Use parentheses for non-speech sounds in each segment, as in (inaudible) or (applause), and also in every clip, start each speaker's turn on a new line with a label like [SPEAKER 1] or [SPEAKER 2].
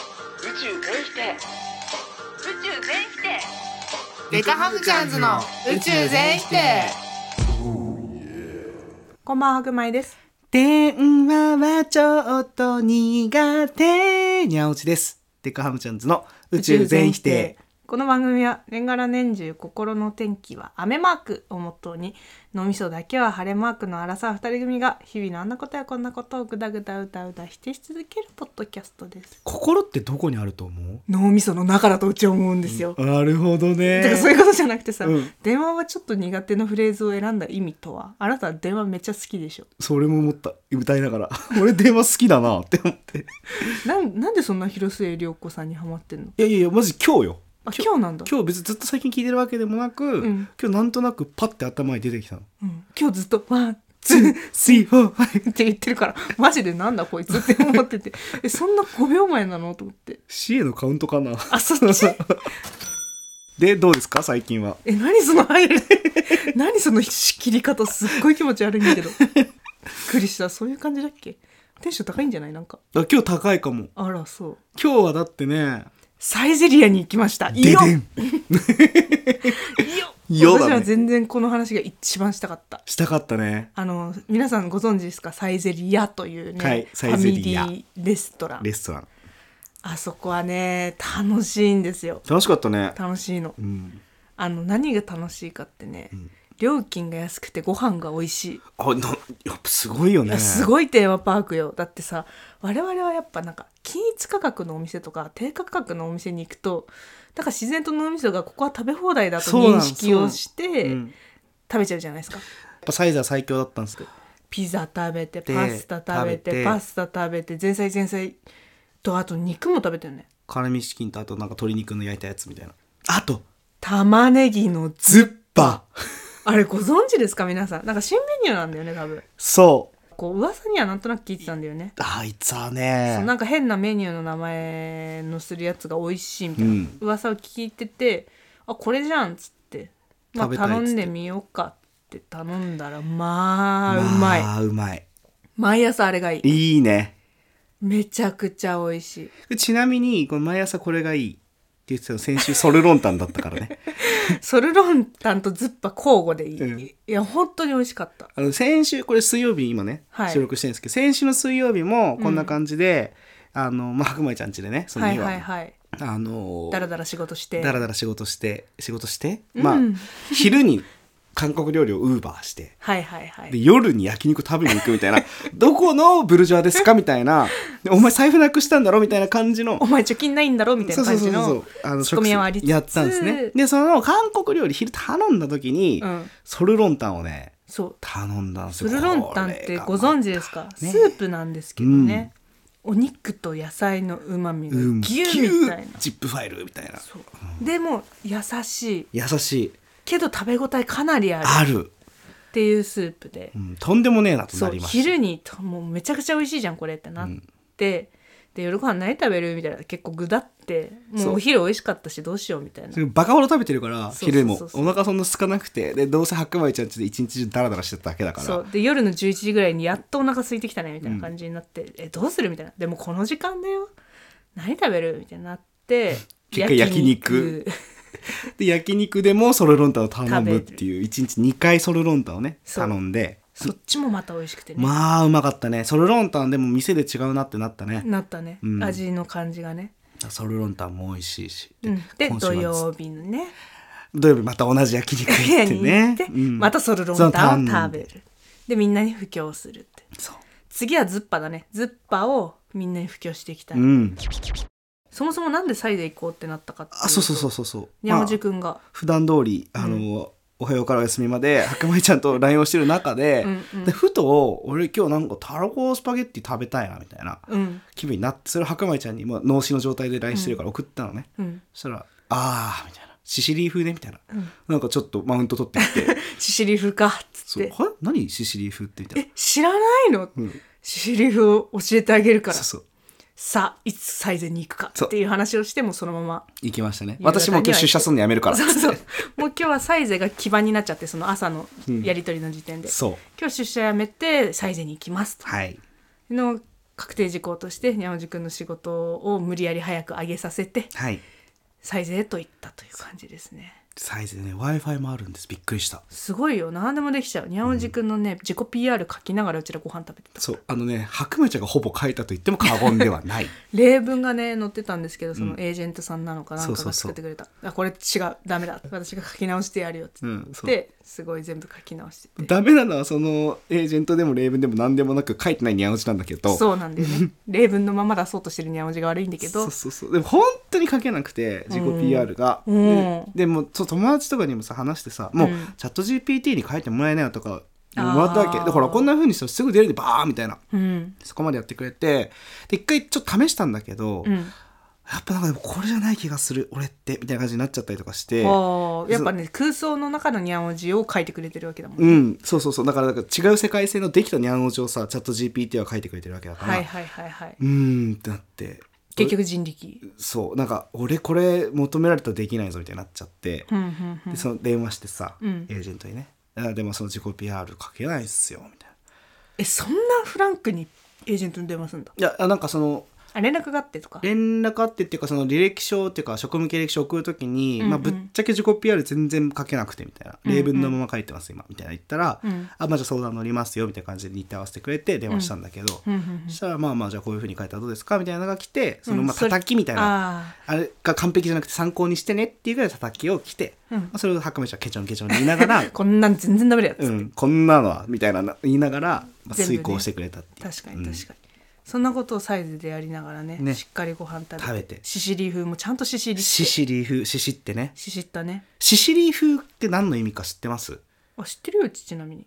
[SPEAKER 1] 宙全否定宇宙全否定
[SPEAKER 2] デカハムチャンズの宇宙全否定
[SPEAKER 3] こんばんは、ぐまいです。
[SPEAKER 2] 電話はちょっと苦手にゃおちですデカハムチャンズの宇宙全否定。
[SPEAKER 3] この番組は年がら年中心の天気は雨マークをモットーに脳みそだけは晴れマークの荒さ2人組が日々のあんなことやこんなことをぐだぐだうだうだ否定し続けるポッドキャストです
[SPEAKER 2] 心ってどこにあると思
[SPEAKER 3] 脳みその中だとうちは思うんですよ、
[SPEAKER 2] うなるほどね
[SPEAKER 3] てかそういうことじゃなくてさ、
[SPEAKER 2] うん
[SPEAKER 3] 電話はちょっと苦手のフレーズを選んだ意味とはあなたは電話めっちゃ好きでしょ
[SPEAKER 2] それも思った歌いながら俺電話好きだなって思って
[SPEAKER 3] なんなんでそんな広末涼子さんにハマってんの
[SPEAKER 2] いやいやいやマジ今日よ
[SPEAKER 3] あ今日なんだ
[SPEAKER 2] 今日別にずっと最近聞いてるわけでもなく、
[SPEAKER 3] ん
[SPEAKER 2] 今日なんとなくパッて頭に出てきたの
[SPEAKER 3] うん今日ずっとワンツ
[SPEAKER 2] ツ
[SPEAKER 3] ー
[SPEAKER 2] ースリーフォーファイブ
[SPEAKER 3] って言ってるからマジでなんだこいつって思っててえそんな5秒前なのと思って
[SPEAKER 2] CA のカウントかな
[SPEAKER 3] あそ
[SPEAKER 2] (laughs)
[SPEAKER 3] っち
[SPEAKER 2] でどうですか最近は
[SPEAKER 3] え何その入り何その仕切り方すっごい気持ち悪いんだけどびっくりしたそういう感じだっけテンション高いんじゃないなんか
[SPEAKER 2] あ今日高いかも
[SPEAKER 3] あらそう
[SPEAKER 2] 今日はだってね
[SPEAKER 3] サイゼリアに行きましたいいよ
[SPEAKER 2] ででん
[SPEAKER 3] いい
[SPEAKER 2] いいよ
[SPEAKER 3] よ
[SPEAKER 2] だ
[SPEAKER 3] 私
[SPEAKER 2] ね
[SPEAKER 3] は全然この話が一番したかった
[SPEAKER 2] したかったね
[SPEAKER 3] あの皆さんご存知ですかサイゼリアというね、
[SPEAKER 2] はい
[SPEAKER 3] フ
[SPEAKER 2] サ
[SPEAKER 3] ァ
[SPEAKER 2] イゼ
[SPEAKER 3] ミリ
[SPEAKER 2] リア
[SPEAKER 3] ーレストラン
[SPEAKER 2] レストラン
[SPEAKER 3] あそこはね楽しいんですよ
[SPEAKER 2] 楽しかったね
[SPEAKER 3] 楽しいの
[SPEAKER 2] うん
[SPEAKER 3] あの何が楽しいかってね、料金が安くてご飯が美味しい、
[SPEAKER 2] あなやっぱすごいよ
[SPEAKER 3] い
[SPEAKER 2] ね
[SPEAKER 3] やすごいテーマパークよだってさ我々はやっぱなんか均一価格のお店とか低価格のお店に行くとだから自然と脳みそがここは食べ放題だと
[SPEAKER 2] そうなの
[SPEAKER 3] 認識をし
[SPEAKER 2] う
[SPEAKER 3] て
[SPEAKER 2] んやっ
[SPEAKER 3] 食べちゃうじゃないですか
[SPEAKER 2] ぱサイズは最強だったんですけど
[SPEAKER 3] ピザ食べて
[SPEAKER 2] で
[SPEAKER 3] パスタ食べて
[SPEAKER 2] 食べて
[SPEAKER 3] パスタ食べて前菜前菜とあと肉も食べてるね
[SPEAKER 2] 辛味チキンとあとなんか鶏肉の焼いたやつみたいなあと
[SPEAKER 3] 玉ねぎのず
[SPEAKER 2] ズッパ
[SPEAKER 3] あれご存知ですか皆さんなんか新メニューなんだよね多分
[SPEAKER 2] そう
[SPEAKER 3] こう噂にはなんとなく聞いてたんだよね
[SPEAKER 2] あいつは
[SPEAKER 3] そう
[SPEAKER 2] ね
[SPEAKER 3] なんか変なメニューの名前のするやつが美味しいみた
[SPEAKER 2] う
[SPEAKER 3] いな、
[SPEAKER 2] ん
[SPEAKER 3] 噂を聞いててあこれじゃんっつって、まあ、
[SPEAKER 2] 食べたいっつっ
[SPEAKER 3] 頼
[SPEAKER 2] て
[SPEAKER 3] んでみようかって頼んだらまあうまい
[SPEAKER 2] あうまい
[SPEAKER 3] 毎朝あれがいい
[SPEAKER 2] いいね
[SPEAKER 3] めちゃくちゃ美味しい
[SPEAKER 2] ちなみにこの毎朝これがいいって言ってたの先週ソルロンタンだったからね
[SPEAKER 3] (laughs) ソルロンタンとズッパ交互でいい、
[SPEAKER 2] うん
[SPEAKER 3] いや本当に美味しかった
[SPEAKER 2] あの先週これ水曜日今ね、
[SPEAKER 3] はい
[SPEAKER 2] 収録してるんですけど先週の水曜日もこんな感じで、あのまあ白米ちゃん家でねその
[SPEAKER 3] はい
[SPEAKER 2] 日は、
[SPEAKER 3] はいはい
[SPEAKER 2] あの
[SPEAKER 3] だらだら仕事して
[SPEAKER 2] だらだら仕事して仕事して、
[SPEAKER 3] うん
[SPEAKER 2] まあ昼に韓国料理をウーバーして
[SPEAKER 3] はいはいは
[SPEAKER 2] で
[SPEAKER 3] い
[SPEAKER 2] 夜に焼肉食べに行くみたい
[SPEAKER 3] (laughs)
[SPEAKER 2] などこのブルジョアですかみたいなでお前財布なくしたんだろみたいな感じの
[SPEAKER 3] お前貯金ないんだろみたいな感じの
[SPEAKER 2] そうそうそうそうあの
[SPEAKER 3] ツッコミはありつつ
[SPEAKER 2] やったんですねでその韓国料理昼頼んだ時に、
[SPEAKER 3] うん
[SPEAKER 2] ソルロンタンをね
[SPEAKER 3] そう
[SPEAKER 2] 頼んだんです
[SPEAKER 3] ス
[SPEAKER 2] よ
[SPEAKER 3] ルロンタンってご存知ですか、
[SPEAKER 2] ね
[SPEAKER 3] スープなんですけどね、お肉と野菜のうまみが
[SPEAKER 2] うん
[SPEAKER 3] ギューみたいな、
[SPEAKER 2] 牛ジップファイルみたいな
[SPEAKER 3] そうでも優しい
[SPEAKER 2] 優しい
[SPEAKER 3] けど食べ応えかなりある
[SPEAKER 2] ある、
[SPEAKER 3] っていうスープで、
[SPEAKER 2] うん、とんでもねえなと
[SPEAKER 3] そ
[SPEAKER 2] な
[SPEAKER 3] う
[SPEAKER 2] りました
[SPEAKER 3] 昼にともうめちゃくちゃ美味しいじゃんこれってなって、で夜ご飯何食べるみたいな結構ぐだっても
[SPEAKER 2] そうう
[SPEAKER 3] お昼美味しかったしどうしようみたいな
[SPEAKER 2] それバカほど食べてるから
[SPEAKER 3] そうそうそう
[SPEAKER 2] 昼
[SPEAKER 3] そう
[SPEAKER 2] もお腹そんな空かなくてでどうせ白米ちゃんちで一日中ダラダラしてただけだから
[SPEAKER 3] そうで夜の11時ぐらいにやっとお腹空いてきたねみたいな感じになって、えどうするみたいなでもこの時間だよ何食べるみたいになって
[SPEAKER 2] 結果焼肉で焼肉でもソルロンタンを頼むっていう一日2回ソルロンタンをね
[SPEAKER 3] そう
[SPEAKER 2] 頼んで
[SPEAKER 3] そっちもまた美味しくてね、
[SPEAKER 2] まあうまかったねソルロンタンでも店で違うなってなったね、
[SPEAKER 3] なったね、
[SPEAKER 2] うん
[SPEAKER 3] 味の感じがね、
[SPEAKER 2] ソルロンタンも美味しいし、
[SPEAKER 3] うん、で
[SPEAKER 2] 今週
[SPEAKER 3] 土
[SPEAKER 2] 末
[SPEAKER 3] 曜日のね
[SPEAKER 2] 土曜日また同じ焼肉行って
[SPEAKER 3] (laughs)
[SPEAKER 2] ね
[SPEAKER 3] で、
[SPEAKER 2] うん
[SPEAKER 3] またソルロンタンを食べる
[SPEAKER 2] そ
[SPEAKER 3] でみんなに布教するって
[SPEAKER 2] そう
[SPEAKER 3] 次はズッパだねズッパをみんなに布教していきたい、
[SPEAKER 2] うん
[SPEAKER 3] そもそもなんでサイで行こうってなったかっていうと
[SPEAKER 2] あそうそうそうそうそう
[SPEAKER 3] 山
[SPEAKER 2] ま
[SPEAKER 3] 地
[SPEAKER 2] あ
[SPEAKER 3] くんが、
[SPEAKER 2] 普段通りあの、おはようからお休みまで白米ちゃんと LINE をしてる中で,、
[SPEAKER 3] うんうん
[SPEAKER 2] でふと俺今日なんかたらこスパゲッティ食べたいなみたいな
[SPEAKER 3] うん
[SPEAKER 2] 気分になってそれを白米ちゃんにもう脳死の状態で LINE してるから送ったのね、
[SPEAKER 3] うん
[SPEAKER 2] そしたら「あー」みたいな「シシリー風ね」みたいな、
[SPEAKER 3] ん
[SPEAKER 2] なんかちょっとマウント取ってき
[SPEAKER 3] (laughs)
[SPEAKER 2] て
[SPEAKER 3] シシリフかっつっ
[SPEAKER 2] そう
[SPEAKER 3] て
[SPEAKER 2] は何シシリー風って」みたいな。
[SPEAKER 3] え知らないの、
[SPEAKER 2] うん
[SPEAKER 3] シリフを教えてあげるから
[SPEAKER 2] そうそう
[SPEAKER 3] さあいつサイゼに行くか
[SPEAKER 2] そう
[SPEAKER 3] っていう話をしてもそのまま
[SPEAKER 2] 行きましたね
[SPEAKER 3] 夕方には
[SPEAKER 2] 私もう今日出社するのやめるから
[SPEAKER 3] そうそう
[SPEAKER 2] つって
[SPEAKER 3] もう今日はサイゼが基盤になっちゃってその朝のやり取りの時点で、
[SPEAKER 2] そう
[SPEAKER 3] 今日出社やめてサイゼに行きますと
[SPEAKER 2] はい
[SPEAKER 3] の確定事項としてにゃおじくんの仕事を無理やり早く上げさせて
[SPEAKER 2] はい
[SPEAKER 3] 再生といったという感じですね
[SPEAKER 2] サイズでね w i f i もあるんですびっくりした
[SPEAKER 3] すごいよ何でもできちゃうにゃおじくんのね、自己 PR 書きながらうちらご飯食べてた
[SPEAKER 2] そうあのね白米茶がほぼ書いたと言っても過言では
[SPEAKER 3] (laughs)
[SPEAKER 2] ない
[SPEAKER 3] 例文がね載ってたんですけどそうの
[SPEAKER 2] ん
[SPEAKER 3] エージェントさんなのかなん
[SPEAKER 2] そ
[SPEAKER 3] か
[SPEAKER 2] うそう
[SPEAKER 3] が
[SPEAKER 2] そう
[SPEAKER 3] 作ってくれた「あこれ違うダメだ私が書き直してやるよ」って
[SPEAKER 2] う
[SPEAKER 3] 言
[SPEAKER 2] ん
[SPEAKER 3] っ
[SPEAKER 2] そう
[SPEAKER 3] て、すごい全部書き直してて
[SPEAKER 2] ダメなのはそのエージェントでも例文でも何でもなく書いてないニャオジなんだけど
[SPEAKER 3] そうなんだよ
[SPEAKER 2] (laughs)
[SPEAKER 3] ね例文のまま出そうとしてるにゃおじが悪いんだけど
[SPEAKER 2] そうそうそうでも本当に書けなくて自己 PR が、
[SPEAKER 3] うん
[SPEAKER 2] ででもそう友達とかにもさ話してさもう、
[SPEAKER 3] うん
[SPEAKER 2] チャット GPT に書いてもらえないよとかもらったわけ
[SPEAKER 3] あー
[SPEAKER 2] でほらこんな風にしたらすぐ出るでバーンみたいな
[SPEAKER 3] うん
[SPEAKER 2] そこまでやってくれてで一回ちょっと試したんだけど、
[SPEAKER 3] う
[SPEAKER 2] や
[SPEAKER 3] ん、
[SPEAKER 2] っぱなんかでもこれじゃない気がする俺ってみたいな感じになっちゃったりとかして。
[SPEAKER 3] あーやっぱね空想の中のにゃおじを書いてくれてるわけだもんね、
[SPEAKER 2] うん、そうそうそうだからだから違う世界線のできたニャンオジをさチャット GPT は書いてくれてるわけだから、
[SPEAKER 3] はいはいはいはいう
[SPEAKER 2] ーんってなって
[SPEAKER 3] 結局人力
[SPEAKER 2] そうなんか俺これ求められたらできないぞみたいになっちゃって、
[SPEAKER 3] うんうんうん
[SPEAKER 2] でその電話してさ、
[SPEAKER 3] うん
[SPEAKER 2] エージェントにね「あでもその自己 PR かけないっすよ」みたいな
[SPEAKER 3] えそんなフランクにエージェントに電話すんだ
[SPEAKER 2] いやあなんかその
[SPEAKER 3] あ連絡があってとか
[SPEAKER 2] 連絡あってっていうかその履歴書っていうか職務経歴書送るときに、
[SPEAKER 3] うんうん
[SPEAKER 2] まあ、ぶっちゃけ自己 PR 全然書けなくてみたいな、
[SPEAKER 3] うんうん
[SPEAKER 2] 例文のまま書いてます今みたいな言ったら「
[SPEAKER 3] うん
[SPEAKER 2] あまあじゃあ相談乗りますよ」みたいな感じで日程合わせてくれて電話したんだけど、
[SPEAKER 3] うんうんうん
[SPEAKER 2] そしたら「まあまあじゃあこういうふうに書いたらどうですか?」みたいなのが来てその
[SPEAKER 3] うん
[SPEAKER 2] まあ
[SPEAKER 3] それ
[SPEAKER 2] 叩きみたいな、
[SPEAKER 3] あ
[SPEAKER 2] あれが完璧じゃなくて参考にしてねっていうぐらい叩きを来て、
[SPEAKER 3] うん
[SPEAKER 2] まあ、それを白米ちゃんケチョンケチョンに言いなが
[SPEAKER 3] (laughs)
[SPEAKER 2] ら
[SPEAKER 3] あこんなん全然ダメだよっつって、
[SPEAKER 2] うん、こんなのはみたいな言いながら、まあ、
[SPEAKER 3] 全部ね
[SPEAKER 2] 遂行してくれたっていう
[SPEAKER 3] 確かに
[SPEAKER 2] うん
[SPEAKER 3] 確かに、そんなことをサイズでやりながらね
[SPEAKER 2] ね
[SPEAKER 3] しっかりご飯食べて
[SPEAKER 2] 食べて
[SPEAKER 3] シシリ風もちゃんとシシリ
[SPEAKER 2] シシリー風シシってね
[SPEAKER 3] シシったね
[SPEAKER 2] シシリー風って何の意味か知ってます
[SPEAKER 3] あ知ってるよちなみに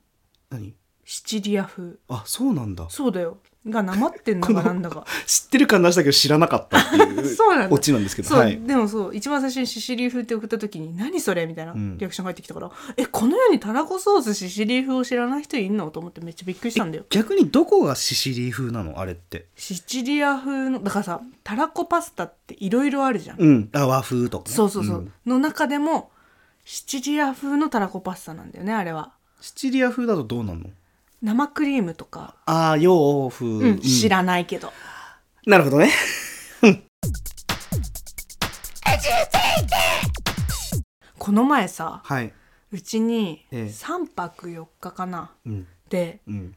[SPEAKER 2] 何
[SPEAKER 3] シチリア風
[SPEAKER 2] あそうなんだ
[SPEAKER 3] そうだよがなまってんだ
[SPEAKER 2] この
[SPEAKER 3] かなんだ
[SPEAKER 2] (laughs)
[SPEAKER 3] か
[SPEAKER 2] 知ってる感出したけど知らなかったっていう
[SPEAKER 3] (laughs) そうなんだ
[SPEAKER 2] オチなんですけど
[SPEAKER 3] そう、
[SPEAKER 2] はい
[SPEAKER 3] でもそう一番最初にシシリー風って送った時に「何それ?」みたいな
[SPEAKER 2] うん
[SPEAKER 3] リアクション返ってきたから「えこの世にたらこソースシシリー風を知らない人いんの?」と思ってめっちゃびっくりしたんだよ。
[SPEAKER 2] 逆にどこがシシリー風なのあれって
[SPEAKER 3] シチリア風のだからさたらこパスタっていろいろあるじゃん、
[SPEAKER 2] うんあ和風とかね、
[SPEAKER 3] そうそうそう、
[SPEAKER 2] ん
[SPEAKER 3] の中でもシチリア風のたらこパスタなんだよねあれは
[SPEAKER 2] シチリア風だとどうなの
[SPEAKER 3] 生クリームとか、
[SPEAKER 2] ああ洋風、
[SPEAKER 3] うん
[SPEAKER 2] うん
[SPEAKER 3] 知らないけど
[SPEAKER 2] なるほど
[SPEAKER 3] (laughs)
[SPEAKER 2] ね
[SPEAKER 3] この前さ
[SPEAKER 2] はい、
[SPEAKER 3] うちに
[SPEAKER 2] ええ
[SPEAKER 3] 3泊4日かな
[SPEAKER 2] うん
[SPEAKER 3] で
[SPEAKER 2] うん、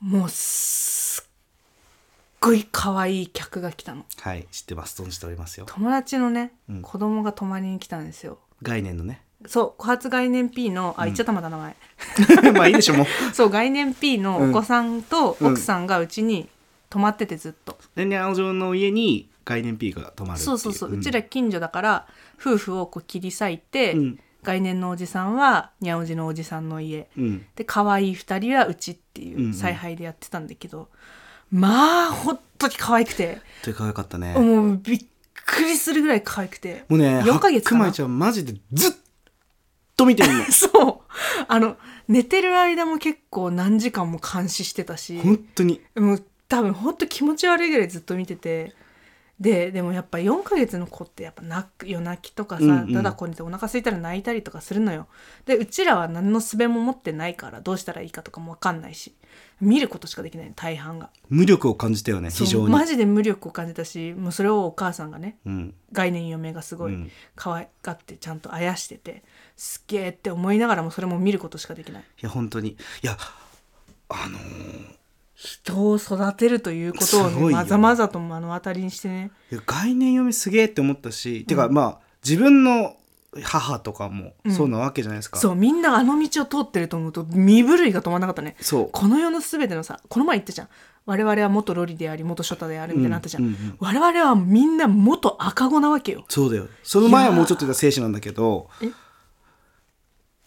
[SPEAKER 3] もうすっごい可愛い客が来たの
[SPEAKER 2] はい知ってます存じておりますよ
[SPEAKER 3] 友達のね、
[SPEAKER 2] うん
[SPEAKER 3] 子供が泊まりに来たんですよ
[SPEAKER 2] 概念のね (laughs)
[SPEAKER 3] そう小発概念 P のあ言っちゃったまだ名前、
[SPEAKER 2] まあいいでしょもう
[SPEAKER 3] そう概念 P のお子さんと
[SPEAKER 2] うん
[SPEAKER 3] 奥さんがうちに泊まっててずっと、
[SPEAKER 2] でニャオジョの家に概念 P が泊まるってい
[SPEAKER 3] そうそうそう、うち
[SPEAKER 2] ら
[SPEAKER 3] ら近所だから夫婦をこう切り裂いて、
[SPEAKER 2] うん
[SPEAKER 3] 概念のおじさんはにゃおじのおじさんの家
[SPEAKER 2] うん
[SPEAKER 3] で可愛い二人はうちって
[SPEAKER 2] うんう
[SPEAKER 3] い
[SPEAKER 2] ん
[SPEAKER 3] う采配でやってたんだけど、まあほんとに可愛くて、
[SPEAKER 2] という可愛かったね、
[SPEAKER 3] もうびっくりするぐらい可愛くて
[SPEAKER 2] もうね、
[SPEAKER 3] 4ヶ月か
[SPEAKER 2] 白
[SPEAKER 3] な。
[SPEAKER 2] 米ちゃんマジでずっと見てるの
[SPEAKER 3] (laughs) そうあの寝てる間も結構何時間も監視してたし
[SPEAKER 2] 本当に。
[SPEAKER 3] もう多分ほんと気持ち悪いぐらいずっと見ててででもやっぱ4ヶ月の子ってやっぱ泣く夜泣きとかさ、
[SPEAKER 2] うんうん
[SPEAKER 3] だだこねてお腹空いたら泣いたりとかするのよでうちらは何の術も持ってないからどうしたらいいかとかも分かんないし見ることしかできないの大半が
[SPEAKER 2] 無力を感じたよね、非
[SPEAKER 3] そう
[SPEAKER 2] 常に。
[SPEAKER 3] マジで無力を感じたしもうそれをお母さんがね
[SPEAKER 2] うん。
[SPEAKER 3] 概念嫁がすご
[SPEAKER 2] う
[SPEAKER 3] い
[SPEAKER 2] ん
[SPEAKER 3] 可愛がってちゃんとあやしててすっげーって思いながらもそれも見ることしかできない
[SPEAKER 2] いや、本当に。いや、
[SPEAKER 3] 人を育てるということを
[SPEAKER 2] すご
[SPEAKER 3] ね
[SPEAKER 2] いよ
[SPEAKER 3] まざまざと目の当たりにしてね
[SPEAKER 2] いや概念読みすげえって思ったし、てか、まあ、自分の母とかも
[SPEAKER 3] うん
[SPEAKER 2] そうなわけじゃないですか。
[SPEAKER 3] そうみんながあの道を通ってると思うと身震いが止まらなかったね
[SPEAKER 2] そう。
[SPEAKER 3] この世の全てのさこの前言ったじゃん我々は元ロリであり元ショタであるみたいなのあったじゃん、
[SPEAKER 2] うんうんうん
[SPEAKER 3] 我々はみんな元赤子なわけよ
[SPEAKER 2] そうだよ。その前はもうちょっとだ精子なんだけど、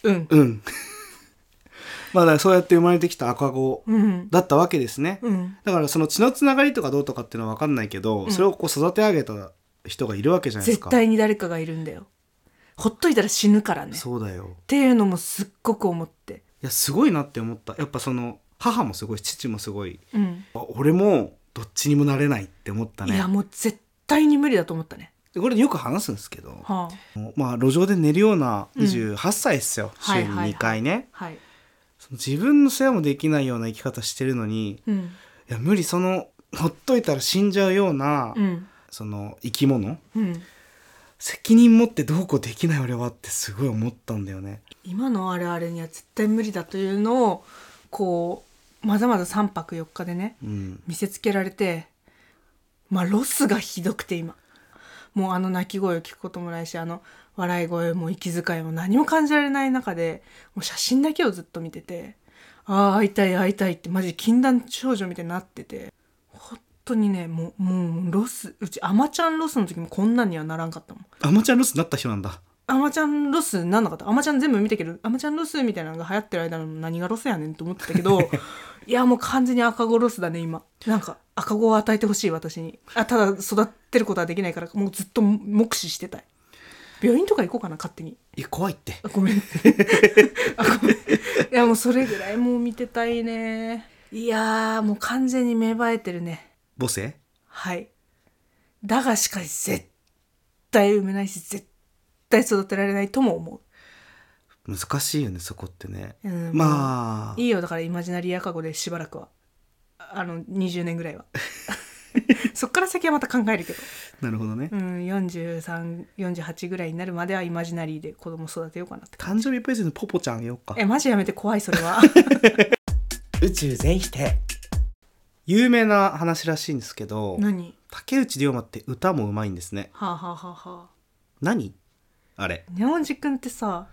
[SPEAKER 3] うん
[SPEAKER 2] うん。 (laughs) まあ、だからそうやって生まれてきた赤子
[SPEAKER 3] うん
[SPEAKER 2] だったわけですね。
[SPEAKER 3] うん
[SPEAKER 2] だからその血のつながりとかどうとかっていうのは分かんないけど、それをこう育て上げた人がいるわけじゃないです
[SPEAKER 3] 絶
[SPEAKER 2] か。
[SPEAKER 3] 対に誰かがいるんだよほっといたら死ぬからねっ
[SPEAKER 2] そうだよ。
[SPEAKER 3] ていうのもすっごく思って
[SPEAKER 2] いやすごいなって思ったやっぱその母もすごい父もすごい
[SPEAKER 3] うん、
[SPEAKER 2] あ俺もどっちにもなれないって思った
[SPEAKER 3] い
[SPEAKER 2] ね
[SPEAKER 3] やもう絶対に無理だと思ったね
[SPEAKER 2] でこれよく話すんですけど
[SPEAKER 3] はあ
[SPEAKER 2] まあ路上で寝るような
[SPEAKER 3] うん
[SPEAKER 2] 28歳ですよ、
[SPEAKER 3] はい
[SPEAKER 2] 週に
[SPEAKER 3] はいはい
[SPEAKER 2] 2回ね、
[SPEAKER 3] はい
[SPEAKER 2] その自分の世話もできないような生き方してるのに
[SPEAKER 3] うん
[SPEAKER 2] いや無理そのほっといたら死んじゃうような、
[SPEAKER 3] うん
[SPEAKER 2] その生き物
[SPEAKER 3] うん
[SPEAKER 2] 責任持ってどうこうできない俺はってすごい思ったんだよね。
[SPEAKER 3] 今の我々には絶対無理だというのをこうまざまざ3泊4日でね
[SPEAKER 2] うん、
[SPEAKER 3] 見せつけられてまあロスがひどくて今もうあの泣き声を聞くこともないしあの笑い声も息遣いも何も感じられない中でもう写真だけをずっと見ててああ会いたい会いたいってマジ禁断症状みたいになってて本当にねもうもうロスうちアマちゃんロスの時もこんなんにはならんかったもん
[SPEAKER 2] アマチュアロスになった人なんだ。
[SPEAKER 3] アマちゃんロスなんなかったアマちゃん全部見たけどアマちゃんロスみたいなのが流行ってる間の何がロスやねんと思ってたけどいやもう完全に赤子ロスだね今なんか赤子を与えてほしい私にあただ育ってることはできないからもうずっと目視してたい病院とか行こうかな勝手に
[SPEAKER 2] いや怖いって。
[SPEAKER 3] あごめんあごめんいやもうそれぐらいもう見てたいねいやーもう完全に芽生えてるね
[SPEAKER 2] 母性
[SPEAKER 3] はい。だがしかし絶対産めないし、絶対育てられないとも思
[SPEAKER 2] 難しいよねそこってね。
[SPEAKER 3] う。うん、あ。
[SPEAKER 2] まあ
[SPEAKER 3] いいよ、だからイマジナリー赤子でしばらくは。あの、20年ぐ
[SPEAKER 2] (laughs)
[SPEAKER 3] らいは。そっから先はまた考えるけど。
[SPEAKER 2] なるほどね。
[SPEAKER 3] うん、43、48ぐらいになるまではイマジナリーで子供育てようかなって。
[SPEAKER 2] 誕生日プレゼントポポちゃんあげようか
[SPEAKER 3] え、。マジやめて怖い、それ
[SPEAKER 2] (laughs)
[SPEAKER 3] は。
[SPEAKER 2] 宇宙全否定有名な話らしいんですけど
[SPEAKER 3] 何
[SPEAKER 2] 竹内涼真って歌もうまいんですね
[SPEAKER 3] はあ、はあはあはあ、
[SPEAKER 2] 何あれ
[SPEAKER 3] にゃおじくんってさ、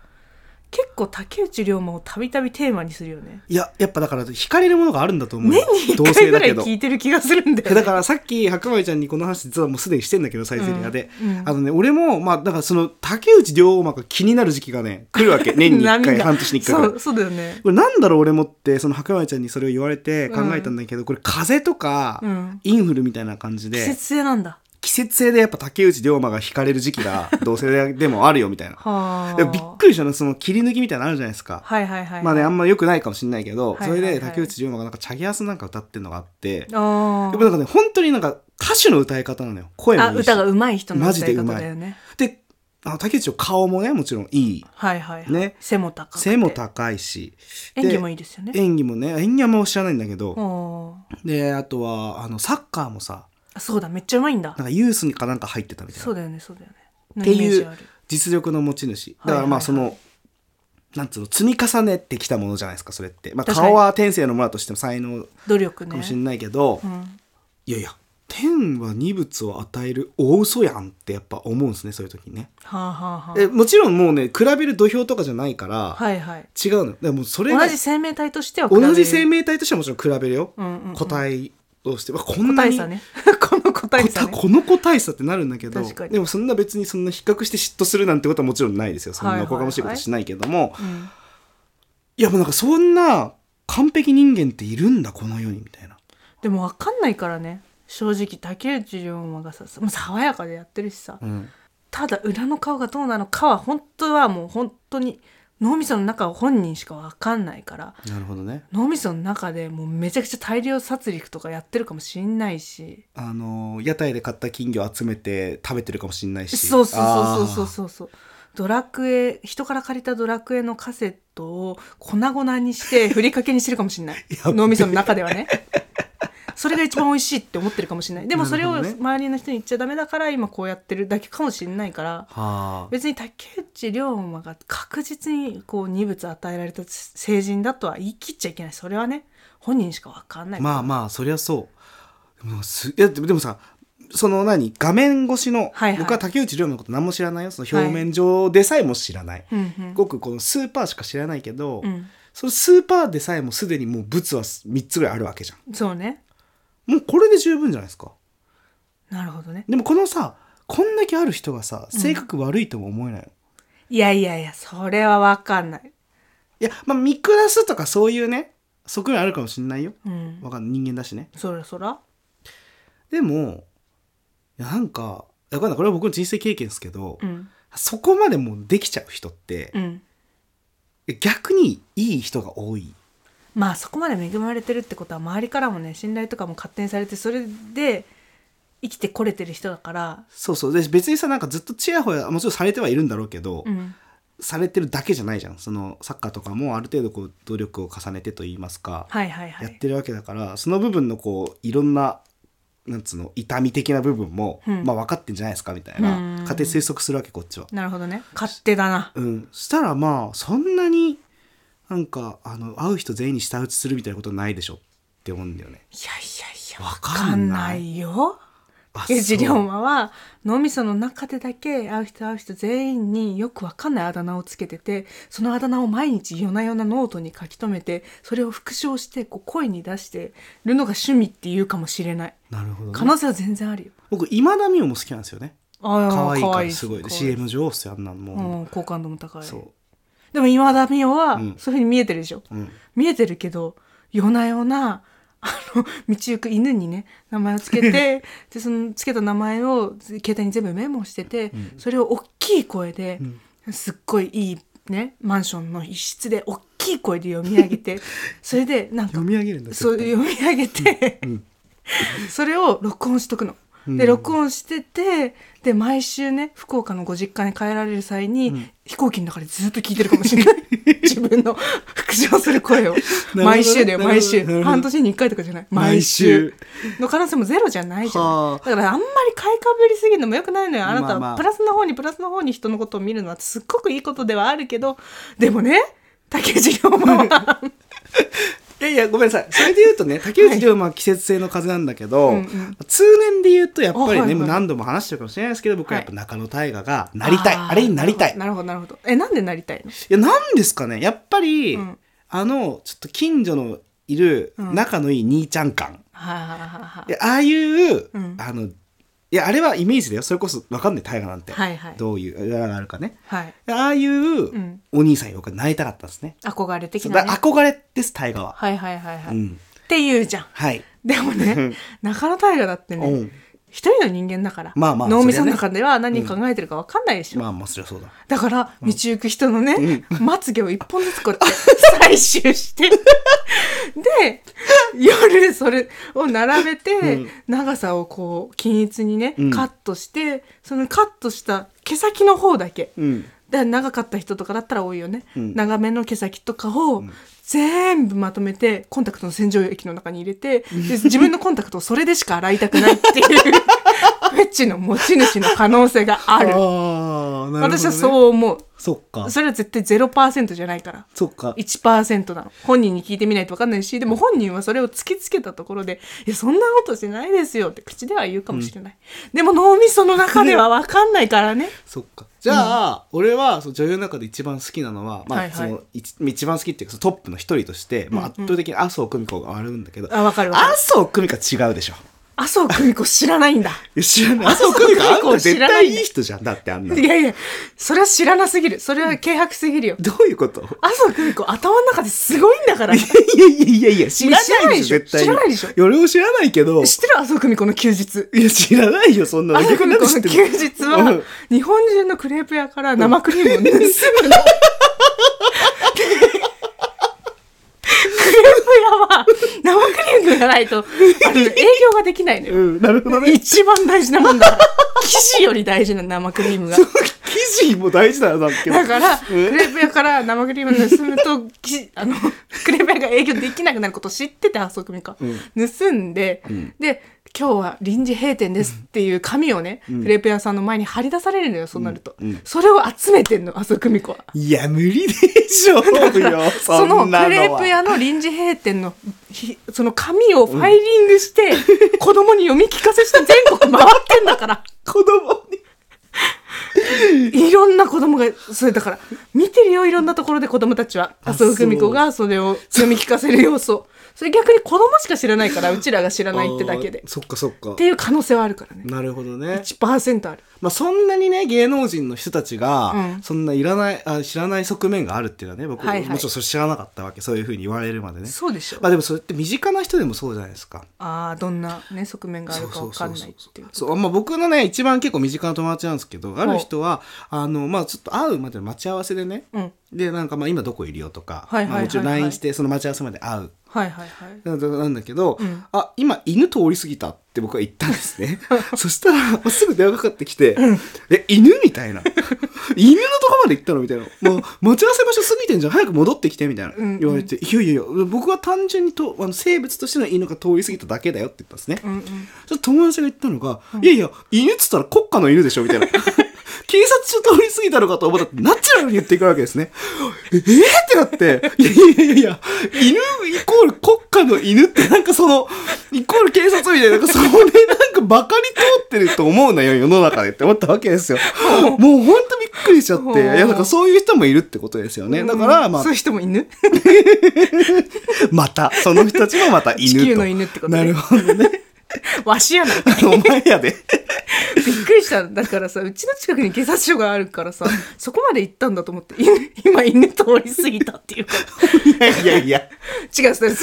[SPEAKER 3] 結構竹内涼真をたびたびテーマにするよね。
[SPEAKER 2] いややっぱだから惹かれるものがあるんだと思う
[SPEAKER 3] 年
[SPEAKER 2] よ
[SPEAKER 3] に
[SPEAKER 2] 同
[SPEAKER 3] 1回
[SPEAKER 2] 性
[SPEAKER 3] ぐ
[SPEAKER 2] だ
[SPEAKER 3] らい
[SPEAKER 2] けど
[SPEAKER 3] 聞いてる気がするんだよ、ね。
[SPEAKER 2] だからさっき白米ちゃんにこの話実はもうすでにしてんだけどサイゼリアで、
[SPEAKER 3] うんうん
[SPEAKER 2] あのね俺もまあだからその竹内涼真が気になる時期がね来るわ
[SPEAKER 3] (laughs)
[SPEAKER 2] け (laughs) 年に1
[SPEAKER 3] 波
[SPEAKER 2] 回
[SPEAKER 3] が
[SPEAKER 2] 半年に1回ぐらい
[SPEAKER 3] そうそうだよね
[SPEAKER 2] これなんだろう俺もってその白米ちゃんにそれを言われて考えたんだけど、これ風邪とか、
[SPEAKER 3] うん
[SPEAKER 2] インフルみたいな感じ
[SPEAKER 3] 季
[SPEAKER 2] で
[SPEAKER 3] 節性なんだ
[SPEAKER 2] 季節性でやっぱ竹内涼真が惹かれる時期が
[SPEAKER 3] (laughs)
[SPEAKER 2] 同性でもあるよみたいな。
[SPEAKER 3] はあ
[SPEAKER 2] でもびっくりしたのその切り抜きみたいなのあるじゃないですか。
[SPEAKER 3] はいはいはい
[SPEAKER 2] まあねあん
[SPEAKER 3] ま
[SPEAKER 2] ま良くないかもしれないけど、
[SPEAKER 3] はいはいはい
[SPEAKER 2] それで竹内涼真がなんかチャギアスなんか歌ってるのがあって、やっ
[SPEAKER 3] あ
[SPEAKER 2] ぱ
[SPEAKER 3] ー
[SPEAKER 2] なんかね本当になんか歌手の歌い方なのよ声も
[SPEAKER 3] あ
[SPEAKER 2] いいし。
[SPEAKER 3] 歌が上手い人の
[SPEAKER 2] マジ
[SPEAKER 3] 歌
[SPEAKER 2] で
[SPEAKER 3] いう方
[SPEAKER 2] まい
[SPEAKER 3] だよね
[SPEAKER 2] であの竹内の顔もねもちろんいい。
[SPEAKER 3] はいはいはい
[SPEAKER 2] ね
[SPEAKER 3] 背も高くて
[SPEAKER 2] 背も高いし
[SPEAKER 3] 演技もいいですよね
[SPEAKER 2] 演技もね演技はもう知らないんだけど、
[SPEAKER 3] お
[SPEAKER 2] であとはあのサッカーもさ
[SPEAKER 3] そうだめっちゃうまいんだ
[SPEAKER 2] なんかユースにかなんか入ってたみたいな
[SPEAKER 3] そうだよねそうだよね
[SPEAKER 2] って
[SPEAKER 3] イメー
[SPEAKER 2] い
[SPEAKER 3] ジ
[SPEAKER 2] う
[SPEAKER 3] ある
[SPEAKER 2] 実力の持ち主
[SPEAKER 3] はい
[SPEAKER 2] だからまあ
[SPEAKER 3] はい
[SPEAKER 2] その、なんつうの積み重ねてきたものじゃないですかそれって、まあ、
[SPEAKER 3] 確かに
[SPEAKER 2] 顔は天性のものだとしても才能
[SPEAKER 3] 努力ね
[SPEAKER 2] かもしれないけど、
[SPEAKER 3] うん
[SPEAKER 2] いやいや天は二物を与える大嘘やんってやっぱ思うんですねそういう時にね、
[SPEAKER 3] はあはあは
[SPEAKER 2] えもちろんもうね比べる土俵とかじゃないから、
[SPEAKER 3] あはいはい
[SPEAKER 2] 違うのだからもうそれが
[SPEAKER 3] 同じ生命体としては比べる
[SPEAKER 2] 同じ生命体としてはもちろん比べるよ、
[SPEAKER 3] うんうんうん
[SPEAKER 2] 個体として、まあ、こん
[SPEAKER 3] 個
[SPEAKER 2] な
[SPEAKER 3] 体
[SPEAKER 2] に
[SPEAKER 3] 差ね (laughs) この個体差ね
[SPEAKER 2] こ (laughs) の個体差ってなるんだけど
[SPEAKER 3] 確かに
[SPEAKER 2] でもそんな別にそんな比較して嫉妬するなんてことはもちろんないですよそん
[SPEAKER 3] はい
[SPEAKER 2] な
[SPEAKER 3] は
[SPEAKER 2] お
[SPEAKER 3] いは
[SPEAKER 2] こ
[SPEAKER 3] い
[SPEAKER 2] がましいことしないけども、
[SPEAKER 3] うん
[SPEAKER 2] いやもうなんかそんな完璧人間っているんだこの世にみたいな
[SPEAKER 3] でも分かんないからね正直竹内涼真がさもう爽やかでやってるしさ、
[SPEAKER 2] うん
[SPEAKER 3] ただ裏の顔がどうなのかは本当はもう本当に脳みその中は本人しか分かんないから
[SPEAKER 2] なるほどね
[SPEAKER 3] 脳みその中でもうめちゃくちゃ大量殺戮とかやってるかもしんないし
[SPEAKER 2] あのー屋台で買った金魚集めて食べてるかもしれないし
[SPEAKER 3] そうそうそうそうそう
[SPEAKER 2] う
[SPEAKER 3] そうそうドラクエ人から借りたドラクエのカセットを粉々にしてふりかけにしてるかもしん
[SPEAKER 2] (laughs)
[SPEAKER 3] ない
[SPEAKER 2] べえ
[SPEAKER 3] 脳みその中ではねそれが一番美味しいって思ってるかもしれないでもそれを
[SPEAKER 2] なるほどね
[SPEAKER 3] 周りの人に言っちゃダメだから今こうやってるだけかもしんないから
[SPEAKER 2] はあ
[SPEAKER 3] 別に竹内涼真が確実にこう二物与えられた成人だとは言い切っちゃいけないそれはね本人しか分かんない
[SPEAKER 2] まあまあそりゃそうでもすいやでもでもさその何画面越しの、
[SPEAKER 3] はいはい
[SPEAKER 2] 僕は竹内涼真のこと何も知らないよその表面上でさえも知らない、
[SPEAKER 3] うんうん
[SPEAKER 2] すごくこのスーパーしか知らないけど、
[SPEAKER 3] うん
[SPEAKER 2] そのスーパーでさえもすでにもう物は3つぐらいあるわけじゃ
[SPEAKER 3] そうね
[SPEAKER 2] んもうこれで十分じゃないですか
[SPEAKER 3] なるほどね
[SPEAKER 2] でもこのさこんだけある人がさ性格悪いとも思えないの、
[SPEAKER 3] いやいやいやそれは分かんない、
[SPEAKER 2] いやまあ見下すとかそういうね側面あるかもしんないよ
[SPEAKER 3] うん、
[SPEAKER 2] わかんない人間だしね
[SPEAKER 3] そらそら
[SPEAKER 2] でもいやなんかわかんないこれは僕の人生経験ですけど、
[SPEAKER 3] うん
[SPEAKER 2] そこまでもうできちゃう人って
[SPEAKER 3] う、ん
[SPEAKER 2] 逆にいい人が多い
[SPEAKER 3] まあそこまで恵まれてるってことは周りからもね信頼とかも勝手にされてそれで生きてこれてる人だから、
[SPEAKER 2] そうそうで別にさなんかずっとちやほやもちろんされてはいるんだろうけど、
[SPEAKER 3] うん、
[SPEAKER 2] されてるだけじゃないじゃんそのサッカーとかもある程度こう努力を重ねてと言いますか、
[SPEAKER 3] はいはいは
[SPEAKER 2] やっ
[SPEAKER 3] い
[SPEAKER 2] てるわけだからその部分のこういろんななんつうの痛み的な部分も、
[SPEAKER 3] うん
[SPEAKER 2] まあ分かってんじゃないですかみたいな
[SPEAKER 3] うん
[SPEAKER 2] 勝手に推測するわけこっちは。
[SPEAKER 3] なるほどね勝手だな
[SPEAKER 2] うん、したらまあそんなになんかあの会う人全員に舌打ちするみたいなことないでしょって思うんだよね。
[SPEAKER 3] いやいやいや
[SPEAKER 2] わ
[SPEAKER 3] わ
[SPEAKER 2] か
[SPEAKER 3] か
[SPEAKER 2] ん
[SPEAKER 3] ん
[SPEAKER 2] な
[SPEAKER 3] ないいよ
[SPEAKER 2] あ
[SPEAKER 3] ゲジ
[SPEAKER 2] そ
[SPEAKER 3] 龍
[SPEAKER 2] う
[SPEAKER 3] 馬は脳みその中でだけ会う人会う人全員によくわかんないあだ名をつけててそのあだ名を毎日夜な夜なノートに書き留めてそれを復唱してこう声に出してるのが趣味っていうかもしれない
[SPEAKER 2] なるほどね、
[SPEAKER 3] 可能性は全然あるよ。
[SPEAKER 2] 僕今田美桜も好きなんですよね。
[SPEAKER 3] あー
[SPEAKER 2] 可愛い
[SPEAKER 3] 可
[SPEAKER 2] か
[SPEAKER 3] 愛
[SPEAKER 2] らすごいで
[SPEAKER 3] 可愛
[SPEAKER 2] CM 上手よあんなの
[SPEAKER 3] う
[SPEAKER 2] も
[SPEAKER 3] ん、好感度も高
[SPEAKER 2] う
[SPEAKER 3] い
[SPEAKER 2] そ
[SPEAKER 3] でも今田美桜は
[SPEAKER 2] うん
[SPEAKER 3] そういうふうに見えてるでしょ、
[SPEAKER 2] う、うん、
[SPEAKER 3] 見えてるけど夜な夜なあの道行く犬にね名前をつけ
[SPEAKER 2] (laughs)
[SPEAKER 3] てでそのつけた名前を携帯に全部メモしてて、
[SPEAKER 2] うん
[SPEAKER 3] それを大きい声で
[SPEAKER 2] う、ん
[SPEAKER 3] すっごいいいねマンションの一室で大きい声で読み上げ
[SPEAKER 2] (laughs)
[SPEAKER 3] てそれでなんか
[SPEAKER 2] 読み上げるんだ
[SPEAKER 3] そう
[SPEAKER 2] 絶対
[SPEAKER 3] 読み上げて、
[SPEAKER 2] うん
[SPEAKER 3] それを録音しとくの。
[SPEAKER 2] う
[SPEAKER 3] で
[SPEAKER 2] ん
[SPEAKER 3] 録音しててで毎週ね福岡のご実家に帰られる際に、
[SPEAKER 2] うん
[SPEAKER 3] 飛行機の中でずっと聞いてるかもしれない
[SPEAKER 2] (laughs)
[SPEAKER 3] 自分の (laughs) 復唱する声を
[SPEAKER 2] ほどね
[SPEAKER 3] 毎週だ
[SPEAKER 2] なる
[SPEAKER 3] よ
[SPEAKER 2] ほど
[SPEAKER 3] 毎週
[SPEAKER 2] なるほど
[SPEAKER 3] 半年に1回とかじゃない
[SPEAKER 2] 毎週
[SPEAKER 3] の可能性もゼロじゃないじゃん
[SPEAKER 2] は
[SPEAKER 3] だ
[SPEAKER 2] あ
[SPEAKER 3] からあんまり買いかぶりすぎるのもよくないのよあなた
[SPEAKER 2] まあま
[SPEAKER 3] は
[SPEAKER 2] あ
[SPEAKER 3] プラスの方にプラスの方に人のことを見るのはすっごくいいことではあるけどでもね竹内涼真
[SPEAKER 2] (laughs)
[SPEAKER 3] は
[SPEAKER 2] いやいやごめんなさいそれで言うと
[SPEAKER 3] (laughs)
[SPEAKER 2] ね竹内涼真は季節性の風邪なんだけど、
[SPEAKER 3] うんうん
[SPEAKER 2] 通年で言うとやっぱりね、
[SPEAKER 3] あはいはい
[SPEAKER 2] もう何度も話してるかもしれないですけど僕はやっぱ
[SPEAKER 3] は
[SPEAKER 2] 中野大河がなりたい、
[SPEAKER 3] ー
[SPEAKER 2] あれになりたい
[SPEAKER 3] なるほどなるほどえなんでなりたいの
[SPEAKER 2] いや何ですかねやっぱり、
[SPEAKER 3] うん
[SPEAKER 2] あのちょっと近所のいる
[SPEAKER 3] うん
[SPEAKER 2] 仲のいい兄ちゃん感、
[SPEAKER 3] はあはあはあはい
[SPEAKER 2] やああいう、
[SPEAKER 3] うん
[SPEAKER 2] あのいやあれはイメージだよそれこそ分かんない大河なんて、
[SPEAKER 3] はいはい
[SPEAKER 2] どういう裏があるかね
[SPEAKER 3] はい
[SPEAKER 2] ああいう
[SPEAKER 3] うん
[SPEAKER 2] お兄さんに僕はなりたかったですね、
[SPEAKER 3] 憧れ的
[SPEAKER 2] そう
[SPEAKER 3] な
[SPEAKER 2] だ
[SPEAKER 3] ね
[SPEAKER 2] から憧れです大河は、
[SPEAKER 3] はいはいはいはい、
[SPEAKER 2] う
[SPEAKER 3] っ
[SPEAKER 2] ん
[SPEAKER 3] て言うじゃん
[SPEAKER 2] はい、
[SPEAKER 3] でもね中野大河だってね、
[SPEAKER 2] うん、
[SPEAKER 3] 一人の人間だから、
[SPEAKER 2] まあまあ
[SPEAKER 3] 脳みそ
[SPEAKER 2] そり
[SPEAKER 3] の
[SPEAKER 2] ゃね
[SPEAKER 3] 中では何考えてるか分かんないでしょ、
[SPEAKER 2] まあまあそりゃそうだ
[SPEAKER 3] だから道行く人のね、まつげを一本ずつこうやって (laughs) 採集して
[SPEAKER 2] (laughs)
[SPEAKER 3] で夜それを並べて、
[SPEAKER 2] うん
[SPEAKER 3] 長さをこう均一にね、
[SPEAKER 2] うん
[SPEAKER 3] カットしてそのカットした毛先の方だけ
[SPEAKER 2] うん
[SPEAKER 3] で長かった人とかだったら多いよね、
[SPEAKER 2] うん
[SPEAKER 3] 長めの毛先とかを
[SPEAKER 2] ん
[SPEAKER 3] 全部まとめてコンタクトの洗浄液の中に入れてで自分のコンタクトをそれでしか洗いたくないっ
[SPEAKER 2] (laughs)
[SPEAKER 3] ていうフェチの持ち主の可能性がある
[SPEAKER 2] あーなるほどね
[SPEAKER 3] 私はそう思う
[SPEAKER 2] そっか
[SPEAKER 3] それは絶対0%じゃないから
[SPEAKER 2] そっか
[SPEAKER 3] 1%なの本人に聞いてみないと分かんないしでも本人はそれを突きつけたところで「いやそんなことしないですよ」って口では言うかもしれない、でも脳みその中では分かんないか
[SPEAKER 2] (laughs)
[SPEAKER 3] らね
[SPEAKER 2] そっかじゃあ、俺はその女優の中で一番好きなのは、ま
[SPEAKER 3] は
[SPEAKER 2] あ
[SPEAKER 3] いはい
[SPEAKER 2] その一一番好きっていうかそのトップの一人として、まあ、圧倒的に麻生久美子があるんだけど、
[SPEAKER 3] あ分かる分かる
[SPEAKER 2] 麻生久美子は違うでしょ
[SPEAKER 3] 麻生久美子知らないんだ
[SPEAKER 2] いや知らない麻
[SPEAKER 3] 麻
[SPEAKER 2] 生久美
[SPEAKER 3] 生久美
[SPEAKER 2] 子
[SPEAKER 3] 子
[SPEAKER 2] あんた絶
[SPEAKER 3] 知らな
[SPEAKER 2] 対
[SPEAKER 3] い
[SPEAKER 2] いい人じゃんだってあんない
[SPEAKER 3] やいや、それは知らなすぎる。それは軽薄すぎるよ。
[SPEAKER 2] どういうこと
[SPEAKER 3] 麻生久美子、頭の中ですごいんだから。
[SPEAKER 2] い
[SPEAKER 3] 知っ
[SPEAKER 2] やいやいやいや知らないでしょ絶
[SPEAKER 3] 知
[SPEAKER 2] 対
[SPEAKER 3] ら
[SPEAKER 2] に
[SPEAKER 3] ないでしょ知らないでしょ
[SPEAKER 2] 俺も知らないけど
[SPEAKER 3] てる麻生久美子の休日。
[SPEAKER 2] いや知らないよそんな
[SPEAKER 3] 麻生久美子
[SPEAKER 2] 逆
[SPEAKER 3] の
[SPEAKER 2] になん
[SPEAKER 3] 休
[SPEAKER 2] で知って
[SPEAKER 3] 日
[SPEAKER 2] んのうん
[SPEAKER 3] は、日本中のクレープ屋から生クリームを盗
[SPEAKER 2] (laughs)
[SPEAKER 3] むの。クレープ屋は生クリームがないとあ
[SPEAKER 2] (laughs)
[SPEAKER 3] の営業ができないのよ。
[SPEAKER 2] うん、なるほどね
[SPEAKER 3] 一番大事なもんだ
[SPEAKER 2] (laughs)
[SPEAKER 3] から。生地より大事な生クリームが
[SPEAKER 2] そ。の記事も大事だなだっけ
[SPEAKER 3] だから、ク
[SPEAKER 2] うん
[SPEAKER 3] レープ屋から生クリーム盗むと、きあの、 (laughs) クレープ屋が営業できなくなることを知ってて、あそこにか。盗んで、で、今日は臨時閉店ですっていう紙をね、クレープ屋さんの前に貼り出されるのよ、そうなると。それを集めてんの、あそこみこは。
[SPEAKER 2] いや無理でしょうよそ
[SPEAKER 3] そ
[SPEAKER 2] んな
[SPEAKER 3] の
[SPEAKER 2] の
[SPEAKER 3] ク
[SPEAKER 2] は
[SPEAKER 3] レープ屋の臨時閉店のひその紙をファイリング (laughs) して、子供に読み聞かせして全国回ってんだから。
[SPEAKER 2] 子供に
[SPEAKER 3] いろんな子供がそれだから見てるよいろんなところで子供たちは
[SPEAKER 2] あ
[SPEAKER 3] 麻生久美子がそれを読み聞かせる様子をそれ逆に子供しか知らないからうちらが知らないってだけで
[SPEAKER 2] あー
[SPEAKER 3] っ
[SPEAKER 2] そっかそっか
[SPEAKER 3] ていう可能性はあるからね
[SPEAKER 2] なるほどね
[SPEAKER 3] 1%ある
[SPEAKER 2] まあそんなにね芸能人の人たちが、
[SPEAKER 3] うん
[SPEAKER 2] そんないらないあ知らない側面があるっていうのはね僕、
[SPEAKER 3] はいはい
[SPEAKER 2] もちろんそれ知らなかったわけそういうふうに言われるまでね
[SPEAKER 3] そうでしょ
[SPEAKER 2] まあでもそれって身近な人でもそうじゃないですか
[SPEAKER 3] ああどんなね側面があるかわかんないっていう
[SPEAKER 2] そうまあ、僕のね一番結構身近な友達なんですけどある人はあの、まあ、ちょっと会うまでの待ち合わせでね
[SPEAKER 3] うん
[SPEAKER 2] でなんかまあ今どこいるよとか、
[SPEAKER 3] はいはいはいはい
[SPEAKER 2] まあもちろん LINE してその待ち合わせまで会う
[SPEAKER 3] はいはいはい。
[SPEAKER 2] なんだなんだけど、
[SPEAKER 3] うん
[SPEAKER 2] あ今犬通り過ぎたって僕は言ったんですね (laughs) そしたらすぐ電話かかってきて「え犬?」みたいな (laughs) 「犬のとこまで行ったの?」みたいな「もう待ち合わせ場所過ぎてんじゃん早く戻ってきて」みたいな
[SPEAKER 3] うんうん
[SPEAKER 2] 言われて「いやいやいや僕は単純にとあの生物としての犬が通り過ぎただけだよ」って言ったんですね、
[SPEAKER 3] うんうん。
[SPEAKER 2] そしたら友達が言ったのが「いやいや犬っつったら国家の犬でしょ」みたい
[SPEAKER 3] (laughs)
[SPEAKER 2] な警察署通り過ぎたのかと思ったってナチュラルに言っていくわけですね。ええー、ってなって「いやいやいやいや犬イコール国家の犬ってなんかそのイコール警察みたいななんかそれなんかバカに通ってると思うなよ世の中で」って思ったわけですよ。もうほんとびっくりしちゃっていやだからそういう人もいるってことですよね。だからまあ
[SPEAKER 3] そういう人も犬
[SPEAKER 2] またその人たちもまた犬と。
[SPEAKER 3] 地球の犬ってことね
[SPEAKER 2] なるほどね。
[SPEAKER 3] (laughs) わしやない。
[SPEAKER 2] お前やで。
[SPEAKER 3] びっくりした。だからさ、うちの近くに警察署があるからさ、そこまで行ったんだと思って、犬 (laughs) 今犬通り過ぎたっていうから。
[SPEAKER 2] いやいやいや。
[SPEAKER 3] 違う、それ違